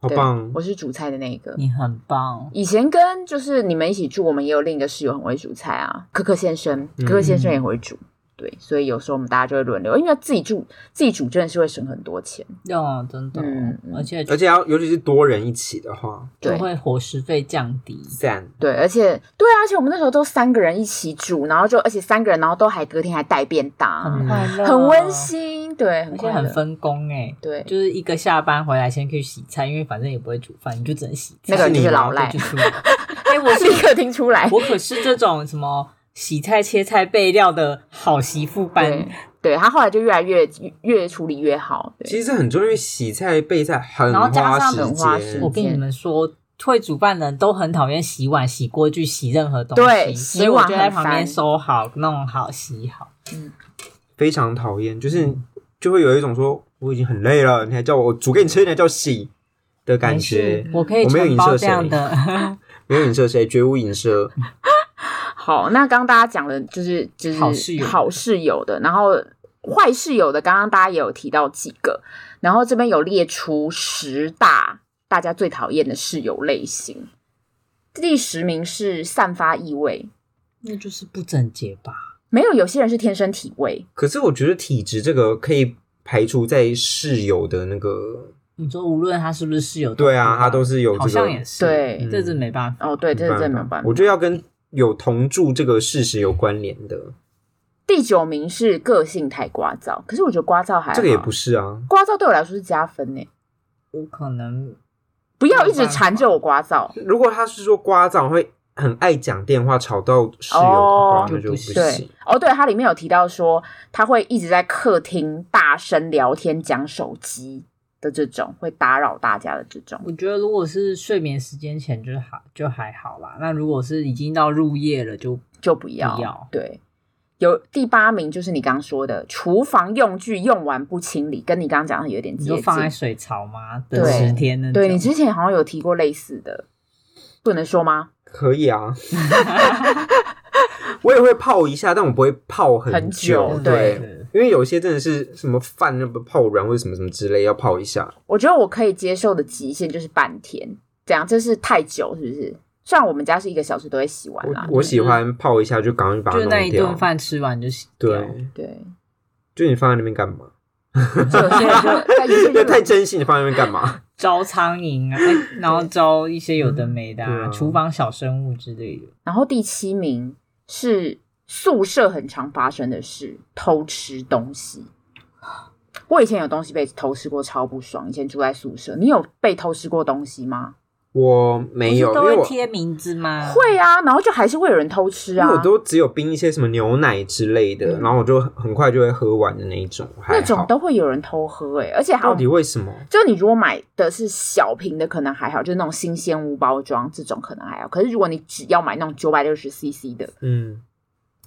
S2: 好
S1: 对
S2: 棒！
S1: 我是煮菜的那一个。
S3: 你很棒，
S1: 以前跟就是你们一起住，我们也有另一个室友很会煮菜啊，可可先生，
S2: 嗯
S1: 可可先生也会煮。对，所以有时候我们大家就会轮流，因为自己煮自己煮真的是会省很多钱。
S3: 哦，真的
S1: 嗯嗯，
S3: 而且
S2: 而且要尤其是多人一起的话，
S1: 对
S3: 就会伙食费降低。
S2: 赞。
S1: 对，而且对啊，而且我们那时候都三个人一起煮，然后就而且三个人，然后都还隔天还带便当，
S3: 很快乐，
S1: 很温，馨，对，很
S3: 而且
S1: 快
S3: 嗯很
S1: 乐，
S3: 分工哎、
S1: 对，
S3: 就是一个下班回来先去洗菜，因为反正也不会煮饭，你就只能洗
S1: 那
S3: 菜。
S1: 个人
S2: 是
S1: 就
S2: 你
S1: 是
S2: 吗
S1: 老赖
S3: 就，是我，哎、我是
S1: 立刻听出来，
S3: 我可是这种什么洗菜、切菜、备料的好媳妇班
S1: 对，，对他后来就越来越越处理越好，对，
S2: 其实很重要，因为洗菜备菜很
S3: 然后加
S2: 花
S3: 上
S2: 时
S1: 很花时
S2: 间
S3: 我。跟你们说。会煮饭的人都很讨厌洗碗、洗锅具、洗任何东西，
S1: 对
S3: 所以
S1: 洗
S3: 我
S1: 碗
S3: 就在
S1: 很
S3: 旁边
S1: 烦
S3: 收好、弄好、洗好。
S2: 非常讨厌，就是就会有一种说我已经很累了，你还叫我我煮给你吃，你还叫我洗的感
S3: 没事
S2: 觉。
S3: 我可以
S2: 我没有
S3: 承
S2: 影
S3: 包
S2: 射
S3: 这样
S2: 谁
S3: 的，
S2: 没有影射谁，绝无影射。
S1: 好，那刚刚大家讲的就是就是
S3: 好室友
S1: 好室友的，然后坏室友的，刚刚大家也有提到几个，然后这边有列出十大大家最讨厌的室友类型。第十名是散发异味，
S3: 那就是不整洁吧？
S1: 没有有些人是天生体味，
S2: 可是我觉得体质这个可以排除在室友的那个，
S3: 你说无论他是不是室友，
S2: 对啊，他都
S3: 是
S2: 是有这个，
S3: 嗯好像也是，
S1: 对
S2: 嗯
S3: 这是没办法。
S1: 哦，对，这是真的没有办法
S2: 我。觉得要跟有同住这个事实有关联的，
S1: 第九名是个性太聒噪，可是我觉得聒噪还好
S2: 这个也不是啊。
S1: 聒噪，对我来说是加分呢。
S3: 我可能
S1: 不要一
S3: 没有
S1: 直
S3: 办法
S1: 缠着我聒噪，
S2: 如果他是说刮噪会很爱讲电话吵到室友的话，
S1: 哦
S2: 那就不
S3: 就不
S2: 行
S1: 对。，哦，对，它里面有提到说，他会一直在客厅大声聊天、讲手机的这种，会打扰大家的这种。
S3: 我觉得如果是睡眠时间前就好，就还好啦。那如果是已经到入夜了，就
S1: 就不要。
S3: 不要
S1: 对，有第八名就是你刚刚说的，厨房用具用完不清理，跟你刚刚讲的有点
S3: 你
S1: 接
S3: 就放在
S1: 近。
S3: 水槽吗？等
S1: 对
S3: 十天呢？
S1: 对你之前好像有提过类似的，不能说吗？
S2: 可以啊， 我也会泡一下，但我不会泡
S1: 很
S2: 久。
S1: 久
S2: 对，
S3: 对
S2: 因为有些真的是什么饭那不泡软或者什么什么之类，要泡一下。
S1: 我觉得我可以接受的极限就是半天，这样这是太久，是不是？虽然我们家是一个小时都会洗完啦，
S2: 我我喜欢泡一下，就赶快把它
S3: 啊就
S2: 弄
S3: 那一
S2: 掉
S3: 顿。饭吃完就洗掉。
S2: 对，
S1: 对，
S2: 就你放在那边干嘛？
S1: 就有些人就在有些
S2: 那
S1: 人
S2: 太真心，你放在那边干嘛？
S3: 招苍 蝇啊，哎然后招一些有的没的
S2: 对
S3: 啊，
S2: 啊
S3: 厨房小生物之类的。
S1: 然后第七名是宿舍很常发生的事，偷吃东西。我以前有东西被偷吃过，超不爽。以前住在宿舍，你有被偷吃过东西吗？
S2: 我没有，
S3: 不
S2: 因
S3: 是
S2: 为
S3: 都
S2: 我
S3: 会贴名字吗？
S1: 会啊，然后就还是会有人偷吃
S2: 因
S1: 啊
S2: 为我。都只有冰一些什么牛奶之类的，
S1: 嗯
S2: 然后我就很很快就会喝完的那一种。还好
S1: 那种都会有人偷喝哎、而且还
S2: 到
S1: 有
S2: 底为什么？
S1: 就你如果买的是小瓶的，可能还好，就是那种新鲜无包装这种可能还好。可是如果你只要买那种九百六十 CC 的，
S2: 嗯，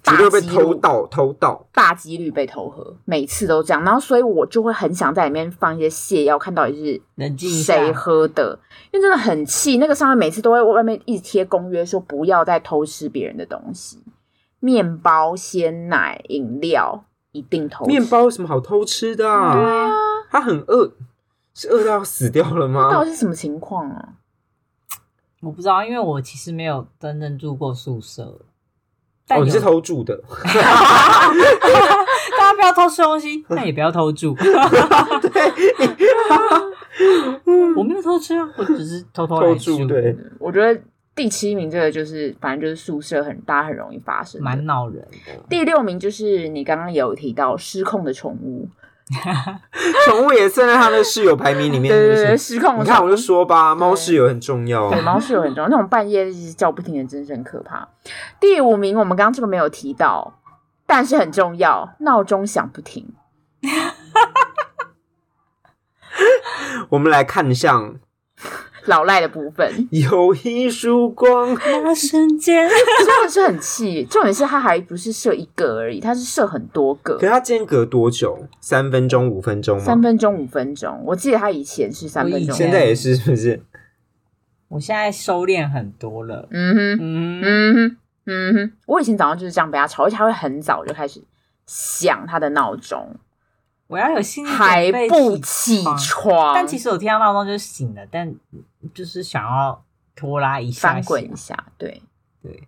S2: 绝
S1: 大
S2: 对被
S1: 记
S2: 偷
S1: 录
S2: 盗，偷盗。
S1: 大几率被偷喝，每次都这样。然后所以我就会很想在里面放一些泻药，看到底是
S3: 冷静一下
S1: 谁喝的，因为真的很气。那个上面每次都会外面一直贴公约，说不要再偷吃别人的东西，面包、鲜奶、饮料一定
S3: 哦
S1: 偷吃。
S2: 面包有什么好偷吃的
S3: 对
S2: 啊？
S3: 啊，
S2: 他很饿，是饿到死掉了
S1: 到
S2: 吗？
S1: 底是什么情况啊？
S3: 我不知道，因为我其实没有真正住过宿舍。但
S2: 哦，你
S3: 有
S2: 是偷住的，
S3: 大家不要偷吃东 西，但也不要偷住。 我没有偷吃啊，我只是偷偷
S2: 偷
S3: 来
S2: 住对，
S1: 我觉得第七名这个就是，反正就是宿舍很大，很容易发生的。
S3: 蛮恼人的。
S1: 第六名就是你刚刚有提到失控的宠物，
S2: 宠物也算在他的室友排名里面，
S1: 对对
S2: 是不
S1: 对，
S2: 是
S1: 失控的
S2: 你
S1: 宠
S2: 看，
S1: 物
S2: 我就说吧，猫室友很重要
S1: 对，
S2: 啊。
S1: 猫室友很重要，那种半夜一直叫不停的，真是很可怕。第五名，我们刚刚这个没有提到，但是很重要，闹钟响不停。
S2: 我们来看向。
S1: 老赖的部分
S2: 有一束光，
S3: 那瞬间，
S1: 真的是很气，重点是他还不是射一个而已，他是射很多个
S2: 可是，它间隔多久？三分钟、五分钟
S1: 三
S2: 吗？
S1: 分钟、五分钟。我记得他以前是三分
S3: 我以
S1: 钟，
S2: 现在也是，是不是？
S3: 我现在收敛很多了。
S1: 嗯哼。
S3: 嗯，
S1: 嗯哼，嗯哼，我以前早上就是这样被他吵，而且他会很早就开始响他的闹钟，
S3: 我要有心理准
S1: 还
S3: 备
S1: 不
S3: 起
S1: 起
S3: 床
S1: 床，
S3: 但其实我听到闹钟就醒了，但就是想要拖拉一下
S1: 翻滚
S3: 醒
S1: 一下，对
S3: 对，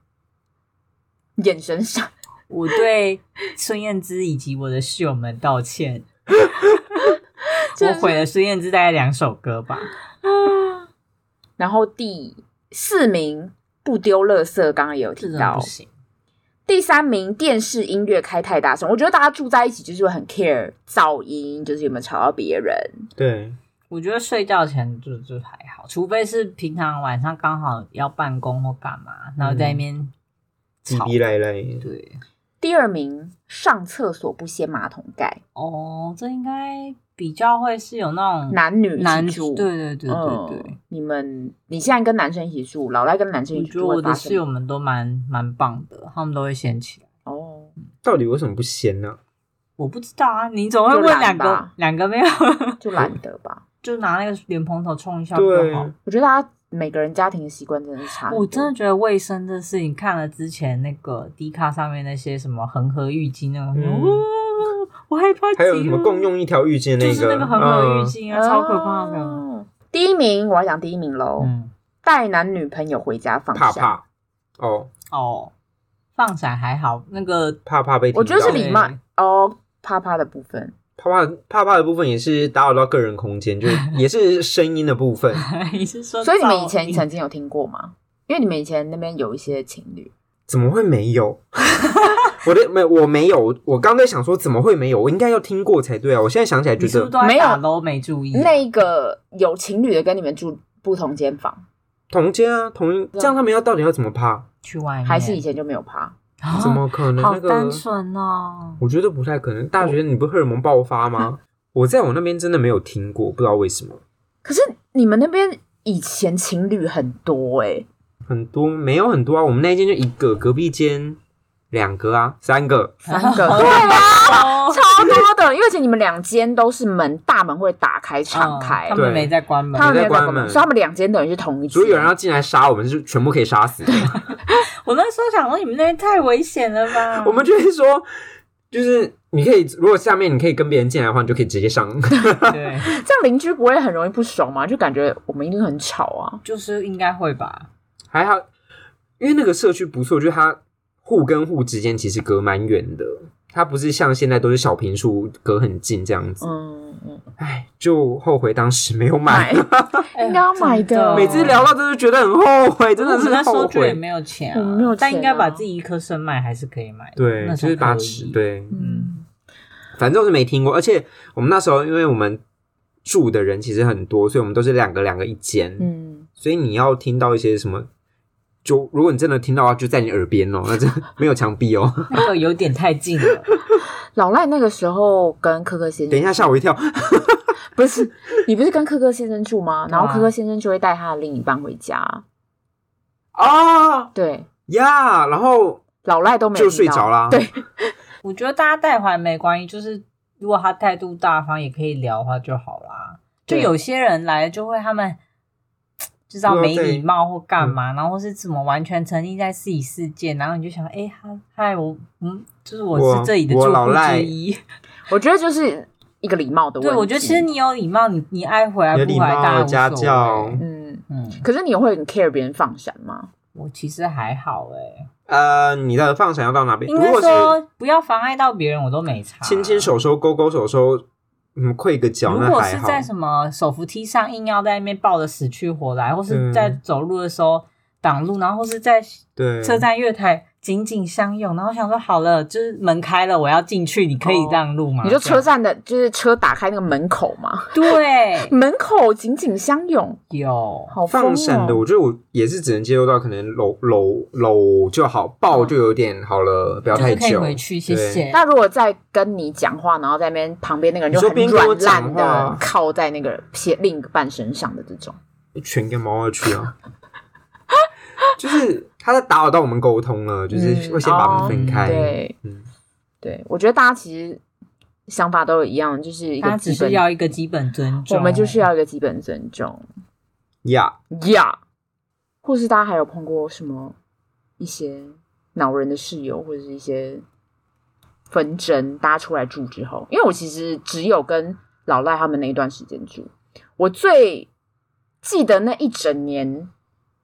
S1: 眼神闪，
S3: 我对孙燕姿以及我的室友们道歉，
S1: 真
S3: 我
S1: 的是
S3: 毁了孙燕姿大概两首歌吧。
S1: 然后第四名不丢垃圾，刚刚也有
S3: 这
S1: 提
S3: 种
S1: 到
S3: 不，行，
S1: 第三名电视音乐开太大声，我觉得大家住在一起就是会很 care 噪音，就是有没有吵到别人，
S2: 对，
S3: 我觉得睡觉前就就还好，除非是平常晚上刚好要办公或干嘛，然后在那边
S2: 逼
S3: 吵。
S2: 逼赖赖。
S3: 对，
S1: 第二名上厕所不掀马桶盖，
S3: 哦，这应该比较会是有那种
S1: 男女一起
S3: 嗯男
S1: 住，
S3: 对对对对对。
S1: 嗯，你们你现在跟男生一起住，老赖跟男生一
S3: 我
S1: 起
S3: 觉得
S1: 住
S3: 我
S1: 会
S3: 的
S1: 发
S3: 室
S1: 生
S3: 友们都蛮蛮棒的，他们都会先起来。
S1: 哦，
S2: 到底为什么不先呢、
S3: 我不知道啊，你总会
S1: 就
S3: 问
S1: 懒
S3: 两个
S1: 吧
S3: 两个没有，
S1: 就懒得吧。
S3: 就拿那个莲蓬头冲一下
S2: 对
S3: 就好。
S1: 我觉得大家每个人家庭的习惯真的是差很多，
S3: 我真的觉得卫生这事情，看了之前那个 D 卡上面那些什么恒河浴巾那种，
S2: 嗯
S3: 哦我害怕极了。哦
S2: 还有什么共用一条浴巾的
S3: 就是那个恒河浴
S2: 嗯
S3: 巾啊，超可怕的。
S1: 哦第一名，我要讲第一名喽，
S3: 嗯，
S1: 带男女朋友回家放
S2: 怕
S1: 下。
S2: 怕哦，
S3: 哦，放闪还好，那个
S2: 怕怕被听到
S1: 我觉得是礼貌
S3: 对
S1: 哦，啪啪的部分，
S2: 怕怕怕怕的部分也是打扰到个人空间，就是 也是声音的部分。
S3: 你是说噪
S1: 所
S3: 音，
S1: 以你们以前曾经有听过吗？因为你们以前那边有一些情侣，
S2: 怎么会没有？ 我的没我没有，我刚在想说怎么会没有？我应该要听过才对啊！我现在想起来
S3: 你
S2: 觉
S3: 是不是
S2: 得
S3: 都在
S1: 没有
S3: 打 l 没注意？啊
S1: 那个有情侣的跟你们住不同间房，
S2: 同间啊同一这样他们要到底要怎么怕？
S3: 去外面
S1: 还是以前就没有趴？
S3: 啊
S2: 怎 么可能？
S3: 好
S2: 那个
S3: 单 纯哦？
S2: 我觉得不太可能。大学你不是荷尔蒙爆发 吗？我在我那边真的没有听过，不知道为什么
S1: 可是你们那边以前情侣很多哎、
S2: 很多没有很多啊。我们那一间就一个，隔壁间两个啊，三个。
S1: 三 个
S3: 好
S1: 对啊，
S3: 哦
S1: 超多的，因为而且你们两间都是门大门会打开敞开，
S3: 他
S2: 对
S3: 们没在关门
S1: 他。们
S2: 没
S1: 没
S2: 在
S1: 有
S2: 关
S1: 关门，
S2: 门
S1: 所以他们两间等于是同一间。
S2: 如果有人要进来杀我们，是全部可以杀死的。
S3: 我那时候想说，你们那边太危险了吧？
S2: 我们就会说，就是你可以，如果下面你可以跟别人进来的话，你就可以直接上。
S3: 对，
S1: 这样邻居不会很容易不爽吗？就感觉我们一定很吵 啊。
S3: 就是应该会吧。
S2: 还好，因为那个社区不错，就是它户跟户之间其实隔蛮远的，它不是像现在都是小平数隔很近这样子。
S1: 嗯，嗯
S2: 哎，就后悔当时没有买。
S1: 买
S3: 哎
S1: 应该要买的
S2: 每次聊到这就觉得很后悔，真
S3: 真的
S2: 的
S3: 是
S2: 是
S3: 哦那时候
S2: 后
S3: 就也
S2: 悔。
S3: 没有钱、啊，
S1: 我们没有钱啊
S3: 但应该把自己一颗生卖还是可以买的。
S2: 对，啊
S3: 那时
S2: 就
S3: 候
S2: 是把
S3: 可以
S2: 尺对，
S1: 嗯，
S2: 反正我是没听过。而且我们那时候，因为我们住的人其实很多，所以我们都是两个两个一间。
S1: 嗯，
S2: 所以你要听到一些什么，就如果你真的听到的话，就在你耳边哦， 那这没有墙壁 哦。
S3: 那个有点太近了。
S1: 老赖那个时候跟柯柯先生，
S2: 等一下吓我一跳，
S1: 不是你不是跟柯柯先生住吗？然后柯柯先生就会带他的另一半回家，
S2: 啊
S1: 对，
S2: 呀，然后
S1: 老赖都没有
S2: 就睡
S1: 听到
S2: 着啦
S1: 对，
S3: 我觉得大家带回来没关系，就是如果他态度大方，也可以聊的话就好啦。就
S1: 对
S3: 有些人来就会他们就知道没礼貌或干嘛，然后或是怎么完全沉浸在自己世界，然后你就想，哎、嗨嗨，我嗯，就是我
S2: 我
S3: 是这里的
S2: 我
S3: 住
S2: 老
S3: 户
S2: 赖
S3: 之一。
S1: 我觉得就是一个礼貌的问
S3: 对，
S1: 题。
S3: 我觉得其实你有礼貌，你你爱回来
S2: 有
S3: 不
S2: 礼
S3: 回来，
S2: 貌
S3: 大
S2: 有家
S3: 家无所
S2: 教
S3: 谓。，
S1: 嗯，
S3: 嗯，
S1: 可是你会很 care 别人放闪吗？
S3: 我其实还好哎、
S2: 呃，你的放闪要到哪边？
S3: 应
S2: 如
S3: 该
S2: 果是
S3: 说不要妨碍到别人，我都没差。
S2: 牵牵。手手、勾勾手手，嗯，跪个脚
S3: 如
S2: 那
S3: 果
S2: 还
S3: 是
S2: 好。
S3: 在什么手扶梯上硬要在那边抱着死去活来，或是
S2: 嗯
S3: 在走路的时候挡路，然后或是在
S2: 对，
S3: 车站月台紧紧相拥，然后想说好了，就是门开了，我要进去，你可以
S1: 哦
S3: 让路吗？
S1: 你就车
S3: 这
S1: 站
S3: 样
S1: 的，就是车打开那个门口嘛，
S3: 对
S1: 门口紧紧相拥，
S3: 有
S1: 好疯哦
S2: 放闪的，我觉得我也是只能接受到可能搂搂搂就好，抱就有点好了，不要
S3: 嗯就是
S2: 太
S3: 可以
S2: 久。
S3: 回去，谢
S2: 对
S3: 谢。
S1: 那如果再跟你讲话，然后在那边旁边那个人就
S2: 你说
S1: 很
S2: 边跟我
S1: 软烂
S2: 讲话
S1: 的靠在那个撇另一半身上的这种，
S2: 犬跟猫要去啊， 就是它在打扰到我们沟通了，就是
S1: 嗯
S2: 会先把它
S3: 哦
S2: 们分开。
S1: 对
S2: 嗯，
S1: 对，我觉得大家其实想法都一样，就是一
S3: 他
S1: 个
S3: 只
S1: 基
S3: 是
S1: 本，
S3: 要一个基本尊重，
S1: 我们就是要一个基本尊重
S2: 呀，
S1: 呀。或是大家还有碰过什么一些恼人的室友，或者是一些纷争，大家出来住之后，因为我其实只有跟老赖他们那一段时间住，我最记得那一整年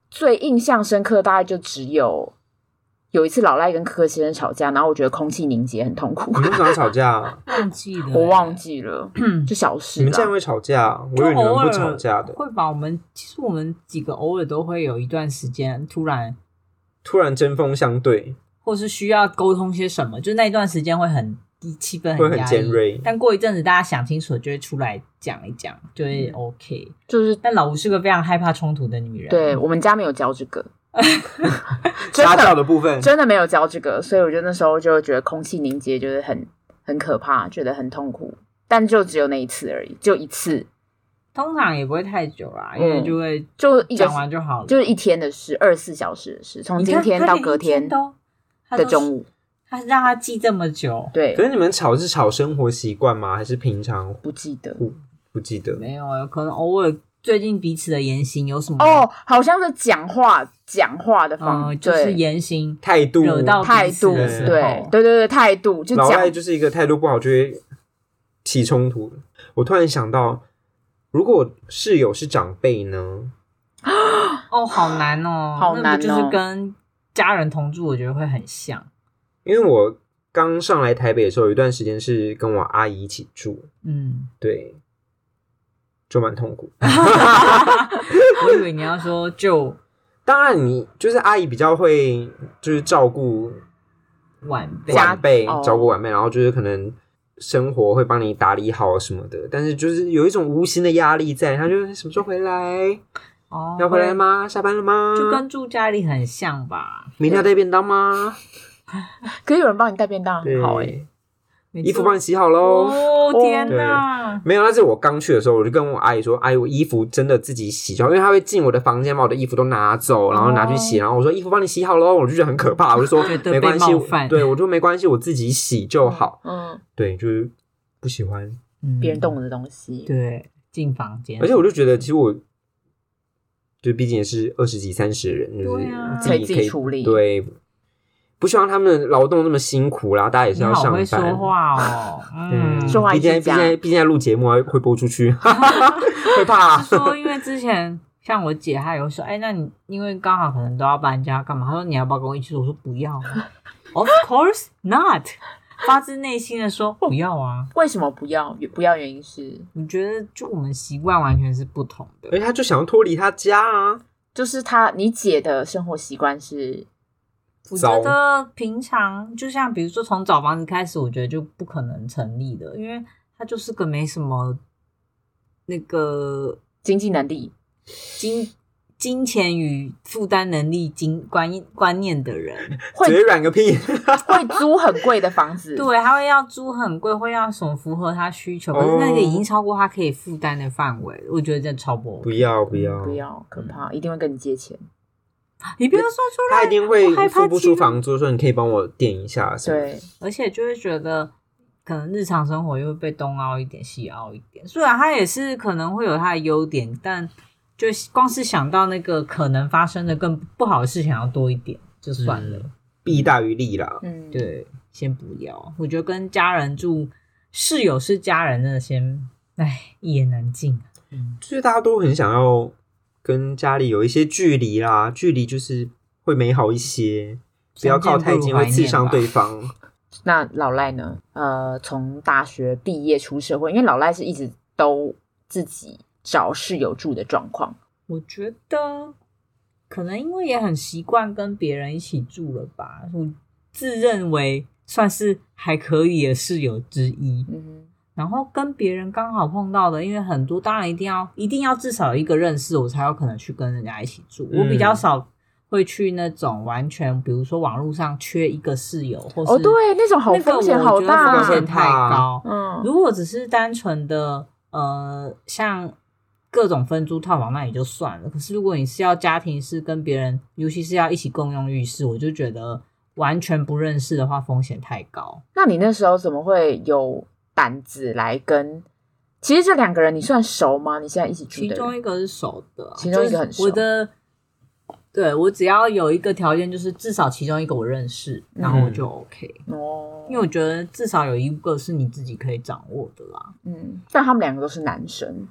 S1: 最印象深刻，大概就只有有一次老赖跟柯柯先生吵架，然后我觉得空气凝结很痛苦
S2: 你，们为什么要吵 架？
S3: 忘记了，欸
S1: 我忘记了，就小啊事
S2: 你们竟然
S1: 啦。
S2: 会吵架？我以
S3: 就
S2: 为你们
S3: 偶尔
S2: 不吵架的。
S3: 会吧？我们其实我们几个偶尔都会有一段时间突然。
S2: 突然针锋相对，
S3: 或是需要沟通些什么，就那一段时间会很气氛
S2: 会
S3: 很
S2: 很
S3: 压抑
S2: 尖锐
S3: 但过一阵子大家想清楚了，就会出来讲一讲，就会
S2: 嗯
S3: OK。
S1: 就是
S3: 但老吴是个非常害怕冲突的女人，
S1: 对，我们家没有教这个，真
S2: 家教
S1: 的
S2: 的部 分
S1: 真的没有教这个，所以我就那时候就觉得空气凝结就是很很可怕，觉得很痛苦，但就只有那一次而已，就一次，
S3: 通常也不会太久啦，
S1: 嗯
S3: 因为就会
S1: 就一个
S3: 讲完就好了。
S1: 就是一天的事，二十四小时的事，从
S3: 你
S1: 今
S3: 看
S1: 天
S3: 他
S1: 到
S3: 连
S1: 隔
S3: 一天都
S1: 的中
S3: 午，
S1: 午，
S3: 他让他记这么久，
S1: 对
S2: 可，是你们吵是吵生活习惯吗？还是平常
S1: 不记得。
S2: 不记得？
S3: 没有啊，可能偶尔最近彼此的言行有什么
S1: 哦，好像是讲话讲话的
S3: 嗯、
S1: 方，
S3: 就是
S1: 对
S3: 言行
S2: 态度
S3: 惹到
S1: 态
S3: 彼此
S1: 度，对
S3: 的时候
S1: 对对对，态度就
S2: 老
S1: 讲
S2: 赖就是一个态度不好就会起冲突。我突然想到，如果室友是长辈呢？
S3: 哦，好难哦，
S1: 好
S3: 那
S1: 难
S3: 不
S1: 哦
S3: 就是跟家人同住，我觉得会很像。
S2: 因为我刚上来台北的时候，有一段时间是跟我阿姨一起住，
S3: 嗯，
S2: 对，就蛮痛苦。
S3: 我以为你要说就
S2: 当然你，就是阿姨比较会就是照顾
S3: 晚辈，
S1: 家
S2: 晚辈
S1: 哦
S2: 照顾晚辈，然后就是可能生活会帮你打理好什么的，但是就是有一种无形的压力在，他就是什么时候回来？
S3: 哦
S2: 要回来？吗？下班了吗？
S3: 就跟住家里很像吧。
S2: 明天要带便当吗？
S1: 可是有人帮你带便当，很
S2: 对，
S1: 好哎、
S3: 没错
S2: 衣服帮你洗好喽。
S3: 哦，天哪！
S2: 没有，那是我刚去的时候，我就跟我阿姨说：“阿姨，我衣服真的自己洗就好，因为她会进我的房间把我的衣服都拿走，然后拿去洗。然后我说：“衣服帮你洗好喽。”我就觉得很可怕，我就说
S3: 哦觉：“得
S2: 没关
S3: 被
S2: 系
S3: 冒犯，
S2: 对我就没关系，我自己洗就好。
S1: 嗯，”
S2: 对，就是不喜欢。
S3: 嗯
S1: 别人动我的东西，
S3: 对进房间，
S2: 而且我就觉得，其实我就毕竟也是二十几、三十的人，就
S3: 对啊
S2: 是
S1: 可以
S2: 己
S1: 自
S2: 可
S1: 己
S2: 以
S1: 处理
S2: 对，不希望他们劳动那么辛苦啦，大家也是
S3: 你
S2: 要
S3: 好
S2: 上
S3: 会
S2: 班。
S3: 说 话哦，嗯，
S1: 说话
S2: 毕
S1: 一直
S2: 竟毕竟
S1: 讲
S2: 毕竟在录节目还会播出 去，会怕、
S3: 是说因为之前。像我姐，她有说，哎、那你因为刚好可能都要搬家干嘛？她说你要不要跟我一起住？我说不要啊、，Of course not，发自内心的说不要啊。
S1: 为什么不要？不要原因是
S3: 我觉得就我们习惯完全是不同的，
S2: 而且哎他就想要脱离他家啊，
S1: 就是他你姐的生活习惯是
S3: 我
S2: 糟
S3: 觉得平常就像比如说从找房子开始，我觉得就不可能成立的，因为他就是个没什么那个
S1: 经济能 力，
S3: 金金钱与负担能力、金观观念的人。
S1: 会
S2: 嘴软个 屁。
S1: 会租很贵的房子，
S3: 对，他会要租很贵，会要什么符合他需求，可是那个已
S2: 哦
S3: 经超过他可以负担的范围，我觉得真的超不 OK。
S2: 不要不要，
S1: 嗯不要可怕，一定会跟你借钱。
S3: 你不要说出来，
S2: 他一定会
S3: 我害怕
S2: 付不
S3: 记
S2: 出
S3: 录
S2: 房租，说你可以帮我垫一下什么的。
S1: 对，
S3: 而且就会觉得，可能日常生活又会被东凹一点，西凹一点。虽然它也是可能会有它的优点，但就光是想到那个可能发生的更不好的事情要多一点，就算了。
S2: 嗯弊大于利啦。
S1: 嗯，，
S3: 对，先不要。我觉得跟家人住，室友是家人，真的先，唉，一言难尽。啊
S2: 就是大家都很想要跟家里有一些距离啦，距离就是会美好一些，不要靠太近会刺伤对方。
S1: 那老赖呢？呃，从大学毕业出社会，因为老赖是一直都自己找室友住的状况，
S3: 我觉得可能因为也很习惯跟别人一起住了吧，我自认为算是还可以的室友之一。
S1: 嗯
S3: 然后跟别人刚好碰到的，因为很多当然一定要一定要至少有一个认识，我才有可能去跟人家一起住。
S2: 嗯
S3: 我比较少会去那种完全，比如说网络上缺一个室友，或
S1: 哼，
S3: 是
S1: 哦，对，那种好
S3: 那个
S1: 风险
S3: 我
S1: 好
S3: 觉得
S1: 大
S3: 风
S1: 啊，
S3: 险太高。
S1: 嗯，
S3: 如果只是单纯的呃，像各种分租套房那也就算了，可是如果你是要家庭式跟别人，尤其是要一起共用浴室，我就觉得完全不认识的话风险太高。
S1: 那你那时候怎么会有胆子来跟？其实这两个人你算熟吗？你现在一起住
S3: 其
S1: 的
S3: 中
S1: 人，
S3: 一个是熟的，啊
S1: 其中一个很熟
S3: 就是我的，对我只要有一个条件，就是至少其中一个我认识，
S1: 嗯
S3: 然后我就 OK，、
S1: 哦，
S3: 因为我觉得至少有一个是你自己可以掌握的啦。
S1: 嗯，但他们两个都是男生。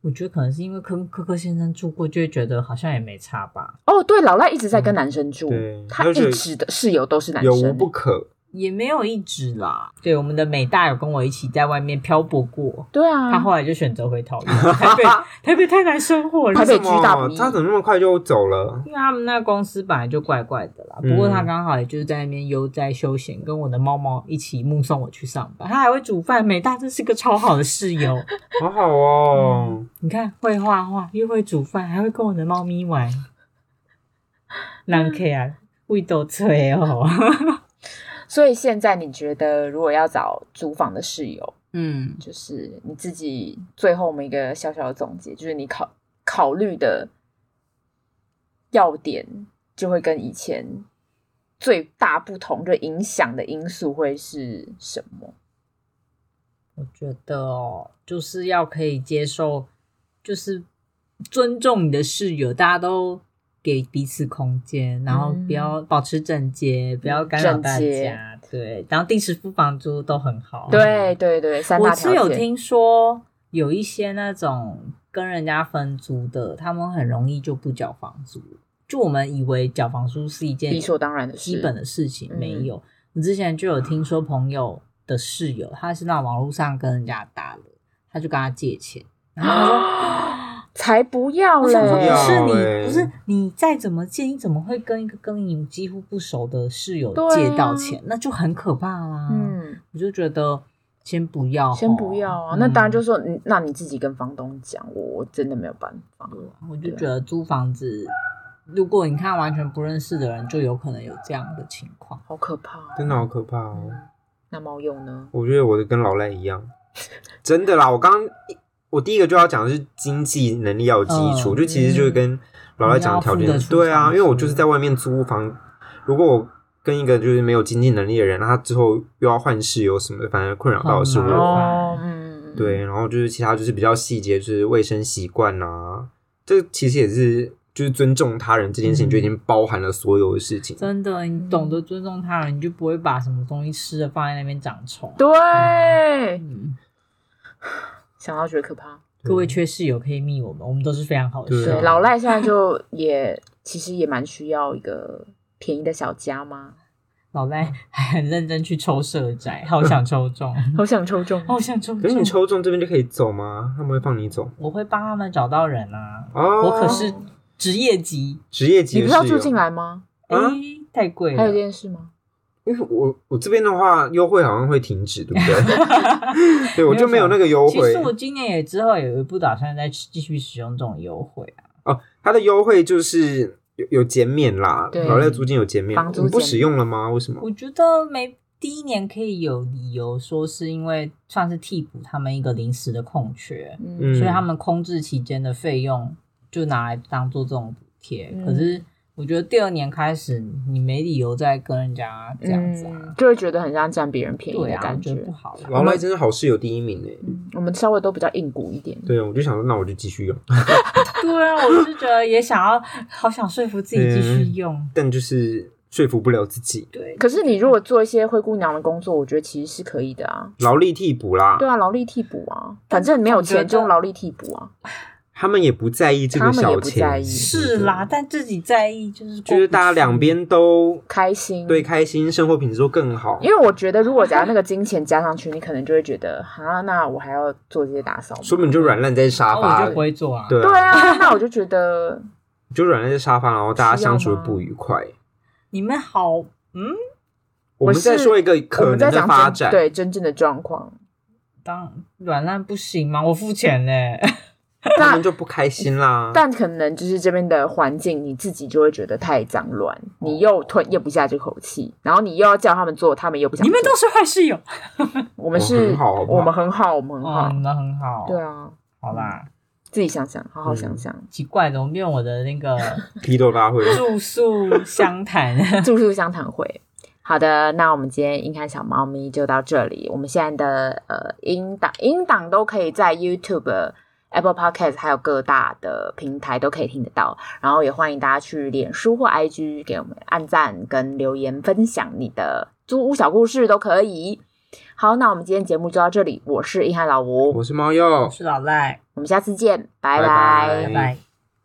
S3: 我觉得可能是因为跟科科先生住过，就会觉得好像也没差吧，
S1: 哦，对，老赖一直在跟男生住，
S2: 嗯对
S1: 他
S2: 而且
S1: 一直的室友都是男
S2: 有
S1: 生，
S2: 无不可。
S3: 也没有一直啦。对，我们的美大有跟我一起在外面漂泊过，
S1: 对啊，
S3: 他 后来就选择回桃园， 台北，台北太难生活了，
S1: 台北
S2: 为什么
S1: 居大不易
S2: 他怎么那么快就走了？
S3: 因为他们那个公司本来就怪怪的啦，
S2: 嗯
S3: 不过他刚好也就是在那边悠哉休闲，跟我的猫猫一起目送我去上班，他还会煮饭，美大真是个超好的室友。
S2: 好好哦，
S3: 你看，会画画，又会煮饭，还会跟我的猫咪玩，难看啊，味道脆哦。
S1: 所以现在你觉得，如果要找租房的室友，
S3: 嗯，
S1: 就是你自己最后我们一个小小的总结，就是你考考虑的要点就会跟以前最大不同，就影响的因素会是什么？
S3: 我觉得哦，就是要可以接受，就是尊重你的室友，大家都给彼此空间，然后
S1: 嗯
S3: 不要保持整洁，不要干扰大
S1: 整洁
S3: 家。对，然后定时付房租都很好。
S1: 对对对，三大
S3: 哦我是
S1: 条
S3: 有
S1: 件。
S3: 听说有一些那种跟人家分租的，他们很容易就不缴房租。就我们以为缴房租是一件
S1: 理所当然的事
S3: 基本的事情，
S1: 嗯
S3: 没有。我之前就有听说朋友的室友，他是那种网络上跟人家搭的，他就跟他借钱，然后他说。
S1: 才不要
S3: 我
S1: 嘞！
S3: 想说，不
S2: 不
S3: 是
S2: 要
S3: 你，
S2: 欸
S3: 不是你再怎么借，你怎么会跟一个跟你几乎不熟的室友
S1: 对啊
S3: 借到钱？那就很可怕啦、
S1: 嗯，
S3: 我就觉得先不要
S2: 哦
S3: 吼，嗯
S1: 先不要啊。那当然
S3: 是。
S1: 就
S2: 嗯
S1: 说，你那你自己跟房东讲，我我真的没有办法。
S3: 我就觉得租房子，如果你看完全不认识的人，就有可能有这样的情况。
S1: 好可怕哦、
S2: 真的好可怕哦。
S1: 那猫鼬呢？
S2: 我觉得我的跟老赖一样，真的啦。我刚刚我第一个就要讲的是经济能力要有基础，
S3: 嗯
S2: 就其实就是跟老赖讲的条
S3: 你要
S2: 件
S3: 付得，出
S2: 对啊，
S3: 房
S2: 因
S3: 租
S2: 为我就是在外面租房，如果我跟一个就是没有经济能力的人，那他之后又要换室友什么的，反而困扰到的是
S3: 很麻
S2: 我。
S3: 烦
S1: 哦，嗯，
S2: 啊对，然后就是其他就是比较细节，就是卫生习惯啊，这其实也是就是尊重他人这件事情
S3: 嗯
S2: 就已经包含了所有的事情。
S3: 真的，你懂得尊重他人，你就不会把什么东西吃的放在那边长虫。
S1: 对，
S3: 嗯，
S1: 想到觉得可怕。
S2: 对
S3: 各位缺室友可以密我们，我们都是非常好的
S2: 对
S3: 室
S1: 对，
S2: 啊
S3: 友。
S1: 老赖现在就也其实也蛮需要一个便宜的小家嘛，
S3: 老赖 还很认真去抽社宅，好想 抽中，
S1: 好想抽中。
S2: 哦
S3: 好想抽
S2: 可是你
S3: 中。
S2: 抽中这边就可以走吗？他们会放你走？
S3: 我会帮他们找到人啊，
S2: 哦，
S3: 我可是职业级。
S2: 职业级
S1: 你
S2: 的
S1: 不
S2: 室
S1: 是
S2: 友
S1: 要住进来吗？
S3: 哎
S2: 啊，
S3: 太贵
S1: 还有这
S3: 了。
S1: 件事吗？
S2: 因为我我这边的话，优惠好像会停止，对不 对？ 对，我就没有那个优
S3: 其
S2: 惠
S3: 实我今年也之后也不打算再继续使用这种优惠啊。
S2: 哦。它的优惠就是有有减免啦，
S1: 对
S2: 老赖租金有减免，
S1: 房租
S2: 你不
S1: 减
S2: 使用了吗？为什么？
S3: 我觉得没第一年可以有理由说是因为算是替补他们一个临时的空缺，
S1: 嗯，
S3: 所以他们空置期间的费用就拿来当做这种补贴。
S1: 嗯
S3: 可是我觉得第二年开始，你没理由再跟人家这样子啊，
S1: 嗯，就会觉得很像占别人便宜
S3: 对
S1: 的
S3: 啊，我
S1: 感
S3: 觉得
S1: 觉
S3: 不。好啦。
S2: 老赖真是好室友第一名诶。
S1: 嗯，我们稍微都比较硬骨一点。
S2: 对，我就想说，那我就继续用，
S3: 对啊，我是觉得也想要，好想说服自己继续
S2: 嗯
S3: 用。
S2: 但就是说服不了自己，
S3: 对，
S1: 可是你如果做一些灰姑娘的工作，我觉得其实是可以的啊。
S2: 劳力替补啦。
S1: 对啊，劳力替补啊，反正没有钱就用劳力替补啊。
S2: 他们也不在意这个
S1: 他们也
S2: 小
S1: 不在
S2: 钱，
S1: 意
S3: 是啦，，但自己在意就是过
S2: 就是
S3: 不
S2: 大家
S3: 去
S2: 两边都
S1: 开心，
S2: 对开心，生活品质都更好。
S1: 因为我觉得，如果假如那个金钱加上去，你可能就会觉得，哈，那我还要做这些打扫吗？
S2: 说不定就软烂在沙
S1: 哦
S3: 啊，我
S2: 发
S3: 就，不会做啊。
S2: 对
S1: 对啊，那我就觉得，
S2: 就软烂在沙发，然后大家相
S1: 需
S2: 处得
S1: 要吗
S2: 不愉快。
S3: 你们好，嗯，
S2: 我们再说一个
S1: 我
S2: 可
S1: 们在
S2: 能的
S1: 讲
S2: 发
S1: 真
S2: 展，，
S1: 对真正的状况，
S3: 当软烂不行吗？我付钱嘞。
S2: 他
S1: 但
S2: 们就不开心啦。
S1: 但可能就是这边的环境，你自己就会觉得太脏乱，
S2: 哦
S1: 你又吞咽不下这口气，然后你又要叫他们做，他们又不想做。
S3: 你们都是坏室友，
S1: 我们是，
S2: 我们很好好不好
S1: 我们很好，我们很
S3: 哦，
S1: 好
S3: 你，们很好，
S1: 对，啊，
S3: 好啦，
S1: 自己想想，好好想
S2: 嗯
S1: 想。
S3: 奇怪，怎么变我的那个
S2: 批斗大会，
S3: 住宿相 谈？
S1: 住宿相谈会。 好的，那我们今天硬汉小猫咪就到这里。我们现在的呃音档音档都可以在 YouTube、Apple Podcast 还有各大的平台都可以听得到。然后也欢迎大家去脸书或 IG 给我们按赞跟留言，分享你的租屋小故事都可以。好，那我们今天节目就到这里。我是硬汉老吴，
S2: 我是猫鼬，
S3: 是老赖，
S1: 我们下次见，拜
S2: 拜
S1: 拜
S2: 拜
S3: 拜拜。